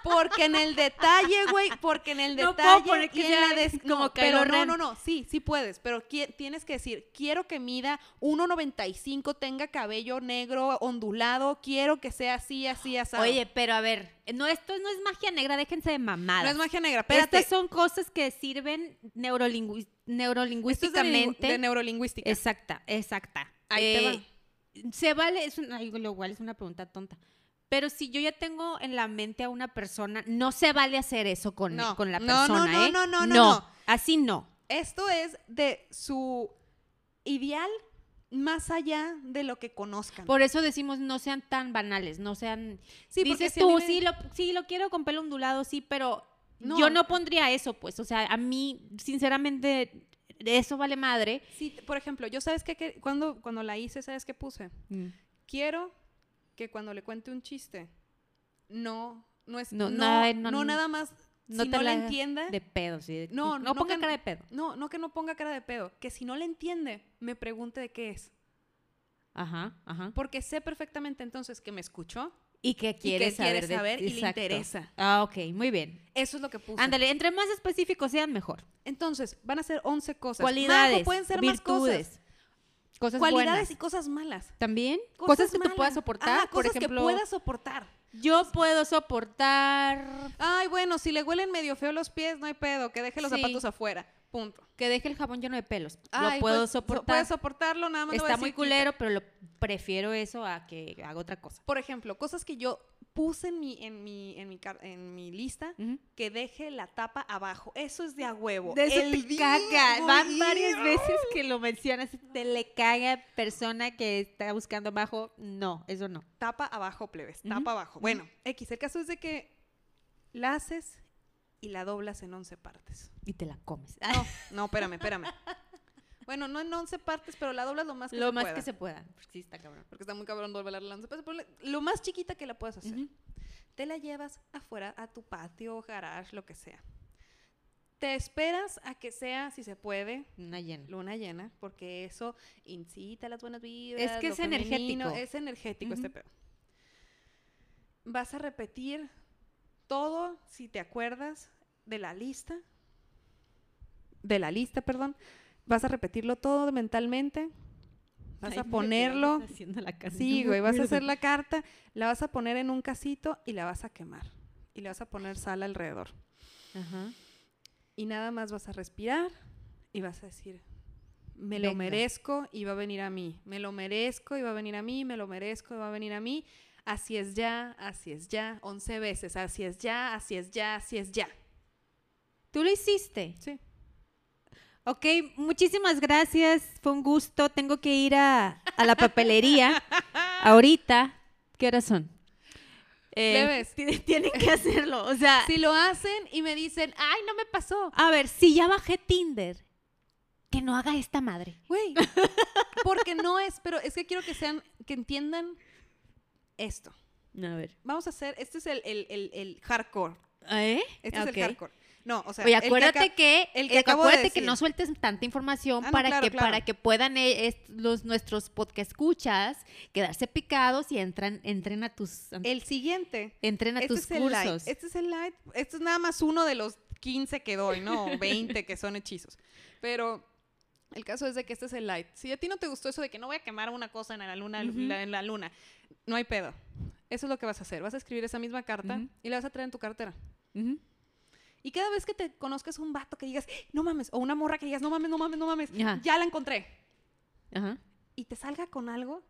[SPEAKER 1] porque en el detalle, güey, porque en el
[SPEAKER 2] No puedo
[SPEAKER 1] detalle
[SPEAKER 2] poner que
[SPEAKER 1] y en
[SPEAKER 2] sea
[SPEAKER 1] la des-
[SPEAKER 2] como
[SPEAKER 1] no,
[SPEAKER 2] Kylo
[SPEAKER 1] pero no,
[SPEAKER 2] Ren.
[SPEAKER 1] no, no, sí, sí puedes, pero qui- tienes que decir, quiero que mida 1.95, tenga cabello negro ondulado, quiero que sea así, así, así.
[SPEAKER 2] Oye, pero a ver, no, esto no es magia negra, déjense de mamadas.
[SPEAKER 1] no es magia negra, espérate.
[SPEAKER 2] Estas son cosas que sirven
[SPEAKER 1] Esto
[SPEAKER 2] neurolingüis-
[SPEAKER 1] es de lingü-
[SPEAKER 2] neurolingüísticamente.
[SPEAKER 1] de neurolingüística.
[SPEAKER 2] exacta, exacta. Eh,
[SPEAKER 1] Ahí te va.
[SPEAKER 2] Se vale, es un- ay, lo cual es una pregunta tonta. Pero si yo ya tengo en la mente a una persona, no se vale hacer eso con,
[SPEAKER 1] No,
[SPEAKER 2] con la
[SPEAKER 1] no, no,
[SPEAKER 2] persona,
[SPEAKER 1] no,
[SPEAKER 2] ¿eh?
[SPEAKER 1] no, no, no, no.
[SPEAKER 2] así no.
[SPEAKER 1] Esto es de su ideal más allá de lo que conozcan.
[SPEAKER 2] Por eso decimos no sean tan banales, no sean...
[SPEAKER 1] Sí, porque
[SPEAKER 2] dices
[SPEAKER 1] si a mí
[SPEAKER 2] tú,
[SPEAKER 1] me-
[SPEAKER 2] sí lo, sí, lo quiero con pelo ondulado, sí, pero
[SPEAKER 1] No.
[SPEAKER 2] yo no pondría eso, pues. O sea, a mí, sinceramente, eso vale madre.
[SPEAKER 1] Sí, t- por ejemplo, yo sabes que, cuando, cuando la hice, ¿sabes qué puse? Quiero que cuando le cuente un chiste, no, no es,
[SPEAKER 2] No,
[SPEAKER 1] no,
[SPEAKER 2] nada- no-
[SPEAKER 1] no, nada más,
[SPEAKER 2] no
[SPEAKER 1] si
[SPEAKER 2] te
[SPEAKER 1] no
[SPEAKER 2] la
[SPEAKER 1] le
[SPEAKER 2] hagas
[SPEAKER 1] entienda,
[SPEAKER 2] De pedo, sí. de-
[SPEAKER 1] No,
[SPEAKER 2] no
[SPEAKER 1] no
[SPEAKER 2] ponga
[SPEAKER 1] can-
[SPEAKER 2] cara de pedo.
[SPEAKER 1] no, no que no ponga cara de pedo, que si no le entiende, me pregunte de qué es.
[SPEAKER 2] Ajá, ajá.
[SPEAKER 1] Porque sé perfectamente entonces que me escuchó,
[SPEAKER 2] Y que
[SPEAKER 1] quiere
[SPEAKER 2] quiere saber, de-
[SPEAKER 1] saber y le
[SPEAKER 2] exacto.
[SPEAKER 1] interesa.
[SPEAKER 2] Ah, ok, muy bien.
[SPEAKER 1] eso es lo que puse.
[SPEAKER 2] Ándale, entre más específicos sean, mejor.
[SPEAKER 1] Entonces, van a ser 11 cosas. Majo,
[SPEAKER 2] Cualidades,
[SPEAKER 1] pueden ser más cosas.
[SPEAKER 2] virtudes, cosas
[SPEAKER 1] cualidades
[SPEAKER 2] buenas.
[SPEAKER 1] y cosas malas.
[SPEAKER 2] También, cosas, que tú
[SPEAKER 1] malas.
[SPEAKER 2] puedas soportar,
[SPEAKER 1] Ajá,
[SPEAKER 2] por
[SPEAKER 1] cosas
[SPEAKER 2] ejemplo,
[SPEAKER 1] que puedas soportar.
[SPEAKER 2] yo puedo soportar
[SPEAKER 1] Ay, bueno, si le huelen medio feo los pies, no hay pedo, que deje los
[SPEAKER 2] Sí.
[SPEAKER 1] zapatos afuera. Punto.
[SPEAKER 2] que deje el jabón lleno de pelos.
[SPEAKER 1] Ay,
[SPEAKER 2] lo puedo
[SPEAKER 1] pues, so-
[SPEAKER 2] soportar.
[SPEAKER 1] Puedes soportarlo, nada más. le voy a
[SPEAKER 2] Está
[SPEAKER 1] decir,
[SPEAKER 2] muy culero, pero lo prefiero eso a que haga otra cosa.
[SPEAKER 1] "Quita". Por ejemplo, cosas que yo puse en mi, en mi, en mi, car- en mi lista, que deje la tapa abajo. Eso es de a huevo.
[SPEAKER 2] De eso
[SPEAKER 1] El
[SPEAKER 2] te
[SPEAKER 1] día,
[SPEAKER 2] caga.
[SPEAKER 1] güey.
[SPEAKER 2] Van varias veces que lo mencionas. Te le caga persona que está buscando abajo. No, eso no.
[SPEAKER 1] Tapa abajo, plebes.
[SPEAKER 2] Ujú.
[SPEAKER 1] Tapa abajo. Bueno, X, el caso es de que la haces y la doblas en 11 partes.
[SPEAKER 2] Y te la comes.
[SPEAKER 1] No, no, espérame, espérame. Bueno, no en 11 partes, pero la doblas lo más que
[SPEAKER 2] lo
[SPEAKER 1] se
[SPEAKER 2] más
[SPEAKER 1] pueda.
[SPEAKER 2] que se pueda. porque Sí, está cabrón.
[SPEAKER 1] Porque está muy cabrón doblar la 11 partes. pero le- lo más chiquita que la puedas hacer.
[SPEAKER 2] Ujú.
[SPEAKER 1] Te la llevas afuera a tu patio, garage, lo que sea. Te esperas a que sea, si se puede,
[SPEAKER 2] Una llena.
[SPEAKER 1] luna llena, porque eso incita las buenas vibras.
[SPEAKER 2] Es que
[SPEAKER 1] lo
[SPEAKER 2] es energético.
[SPEAKER 1] femenino, Es energético este
[SPEAKER 2] Ujú.
[SPEAKER 1] pedo. Vas a repetir todo, si te acuerdas, de la lista. De la lista, perdón. Vas a repetirlo todo mentalmente. Vas a ponerlo. Sí, güey, vas a hacer la carta, la vas a poner en un casito y la vas a quemar. Y le vas a poner sal alrededor.
[SPEAKER 2] Ajá.
[SPEAKER 1] Y nada más vas a respirar y vas a decir, me lo
[SPEAKER 2] Venga.
[SPEAKER 1] merezco y va a venir a mí. Me lo merezco y va a venir a mí, me lo merezco y va a venir a mí. Así es ya, así es ya, 11 veces, así es ya, así es ya, así es ya.
[SPEAKER 2] Tú lo hiciste.
[SPEAKER 1] Sí.
[SPEAKER 2] Ok, muchísimas gracias. Fue un gusto. Tengo que ir a, a la papelería ahorita. ¿Qué horas son? Eh,
[SPEAKER 1] Plebes.
[SPEAKER 2] ti- tienen que hacerlo. O sea,
[SPEAKER 1] Si lo hacen y me dicen, ay, no me pasó.
[SPEAKER 2] a ver, si ya bajé Tinder, que no haga esta madre.
[SPEAKER 1] Güey, porque no es, pero es que quiero que sean, que entiendan esto.
[SPEAKER 2] A ver.
[SPEAKER 1] Vamos a hacer, este es el, el- el- el hardcore.
[SPEAKER 2] ¿Eh?
[SPEAKER 1] Este es
[SPEAKER 2] Ok.
[SPEAKER 1] el hardcore. No, o sea,
[SPEAKER 2] Oye,
[SPEAKER 1] el que
[SPEAKER 2] acuérdate
[SPEAKER 1] acá-
[SPEAKER 2] que,
[SPEAKER 1] el
[SPEAKER 2] eh,
[SPEAKER 1] que acabo de
[SPEAKER 2] acuérdate que
[SPEAKER 1] decir.
[SPEAKER 2] no sueltes tanta información
[SPEAKER 1] Ah, no,
[SPEAKER 2] para
[SPEAKER 1] claro,
[SPEAKER 2] que
[SPEAKER 1] claro.
[SPEAKER 2] para que puedan eh, est- los nuestros podcast escuchas quedarse picados y entran entren a tus
[SPEAKER 1] el siguiente.
[SPEAKER 2] entren a
[SPEAKER 1] Eh, Este
[SPEAKER 2] tus
[SPEAKER 1] es el light.
[SPEAKER 2] cursos.
[SPEAKER 1] Este es el light. Este es nada más uno de los 15 que doy, ¿no? O 20 que son hechizos. Pero el caso es de que este es el light. Si a ti no te gustó eso de que no voy a quemar una cosa en la luna,
[SPEAKER 2] Ujú.
[SPEAKER 1] la- en la luna, no hay pedo. Eso es lo que vas a hacer. Vas a escribir esa misma carta
[SPEAKER 2] Ujú.
[SPEAKER 1] y la vas a traer en tu cartera.
[SPEAKER 2] Ujú.
[SPEAKER 1] Y cada vez que te conozcas un vato que digas, no mames, o una morra que digas, no mames, no mames, no mames,
[SPEAKER 2] Ajá.
[SPEAKER 1] ya la encontré.
[SPEAKER 2] Ajá.
[SPEAKER 1] Y te salga con algo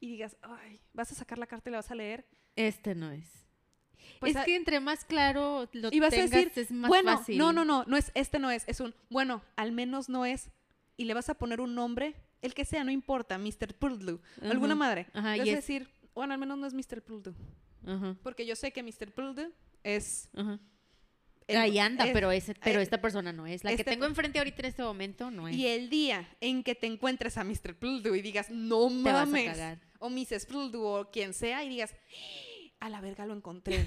[SPEAKER 1] y digas, ay, vas a sacar la carta y la vas a leer.
[SPEAKER 2] Este no es.
[SPEAKER 1] Pues
[SPEAKER 2] es
[SPEAKER 1] a-
[SPEAKER 2] que entre más claro lo
[SPEAKER 1] y vas
[SPEAKER 2] tengas,
[SPEAKER 1] a decir,
[SPEAKER 2] es más
[SPEAKER 1] bueno,
[SPEAKER 2] fácil.
[SPEAKER 1] no, no, no, no es, este no es, es un, bueno, al menos no es. Y le vas a poner un nombre, el que sea, no importa, Mr. Purdue, alguna
[SPEAKER 2] Ajá.
[SPEAKER 1] madre. Le
[SPEAKER 2] Ajá, y
[SPEAKER 1] vas a
[SPEAKER 2] es-
[SPEAKER 1] decir, bueno, al menos no es Mr. Purdue.
[SPEAKER 2] Ajá,
[SPEAKER 1] Porque yo sé que Mr. Purdue es...
[SPEAKER 2] ajá.
[SPEAKER 1] el-
[SPEAKER 2] Ahí anda,
[SPEAKER 1] es-
[SPEAKER 2] pero, ese, pero
[SPEAKER 1] eh,
[SPEAKER 2] esta persona no es. La
[SPEAKER 1] este
[SPEAKER 2] que tengo
[SPEAKER 1] per-
[SPEAKER 2] enfrente ahorita en este momento no es.
[SPEAKER 1] Y el día en que te encuentres a Mr. Purdue y digas, no
[SPEAKER 2] Te vas a
[SPEAKER 1] mames.
[SPEAKER 2] cagar.
[SPEAKER 1] o Mrs. Purdue o quien sea y digas, a la verga lo encontré.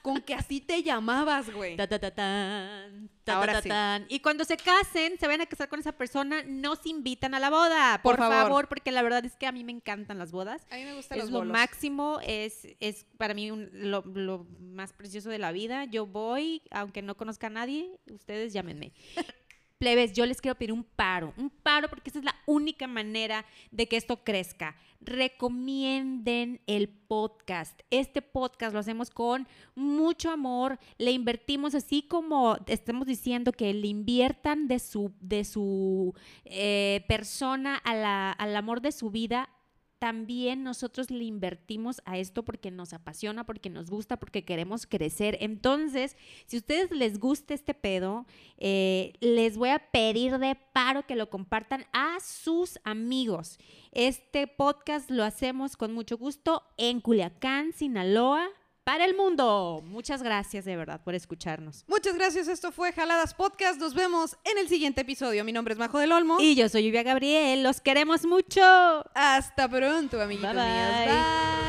[SPEAKER 1] Con que así te llamabas, güey.
[SPEAKER 2] Ta, ta, ta, tan, ta,
[SPEAKER 1] Ahora
[SPEAKER 2] ta, ta,
[SPEAKER 1] sí.
[SPEAKER 2] tan. Y cuando se casen, se van a casar con esa persona, no se invitan a la boda. Por,
[SPEAKER 1] Por
[SPEAKER 2] favor.
[SPEAKER 1] favor.
[SPEAKER 2] porque la verdad es que a mí me encantan las bodas.
[SPEAKER 1] A mí me gustan
[SPEAKER 2] Es
[SPEAKER 1] los
[SPEAKER 2] lo
[SPEAKER 1] bolos.
[SPEAKER 2] máximo, es, es para mí un- lo, lo más precioso de la vida. Yo voy, aunque no conozca a nadie, ustedes llámenme. Plebes, yo les quiero pedir un paro, un paro porque esa es la única manera de que esto crezca. Recomienden el podcast. Este podcast lo hacemos con mucho amor, le invertimos así como estamos diciendo que le inviertan de su, de su eh, persona a la- al amor de su vida. También nosotros le invertimos a esto porque nos apasiona, porque nos gusta, porque queremos crecer. Entonces, si a ustedes les gusta este pedo, eh, les voy a pedir de paro que lo compartan a sus amigos. Este podcast lo hacemos con mucho gusto en Culiacán, Sinaloa, para el mundo. Muchas gracias de verdad por escucharnos.
[SPEAKER 1] Muchas gracias, esto fue Jaladas Podcast. Nos vemos en el siguiente episodio. Mi nombre es Majo del Olmo.
[SPEAKER 2] Y yo soy Lluvia Gabriel, los queremos mucho.
[SPEAKER 1] hasta pronto, amiguitos
[SPEAKER 2] Bye, bye.
[SPEAKER 1] míos. Bye.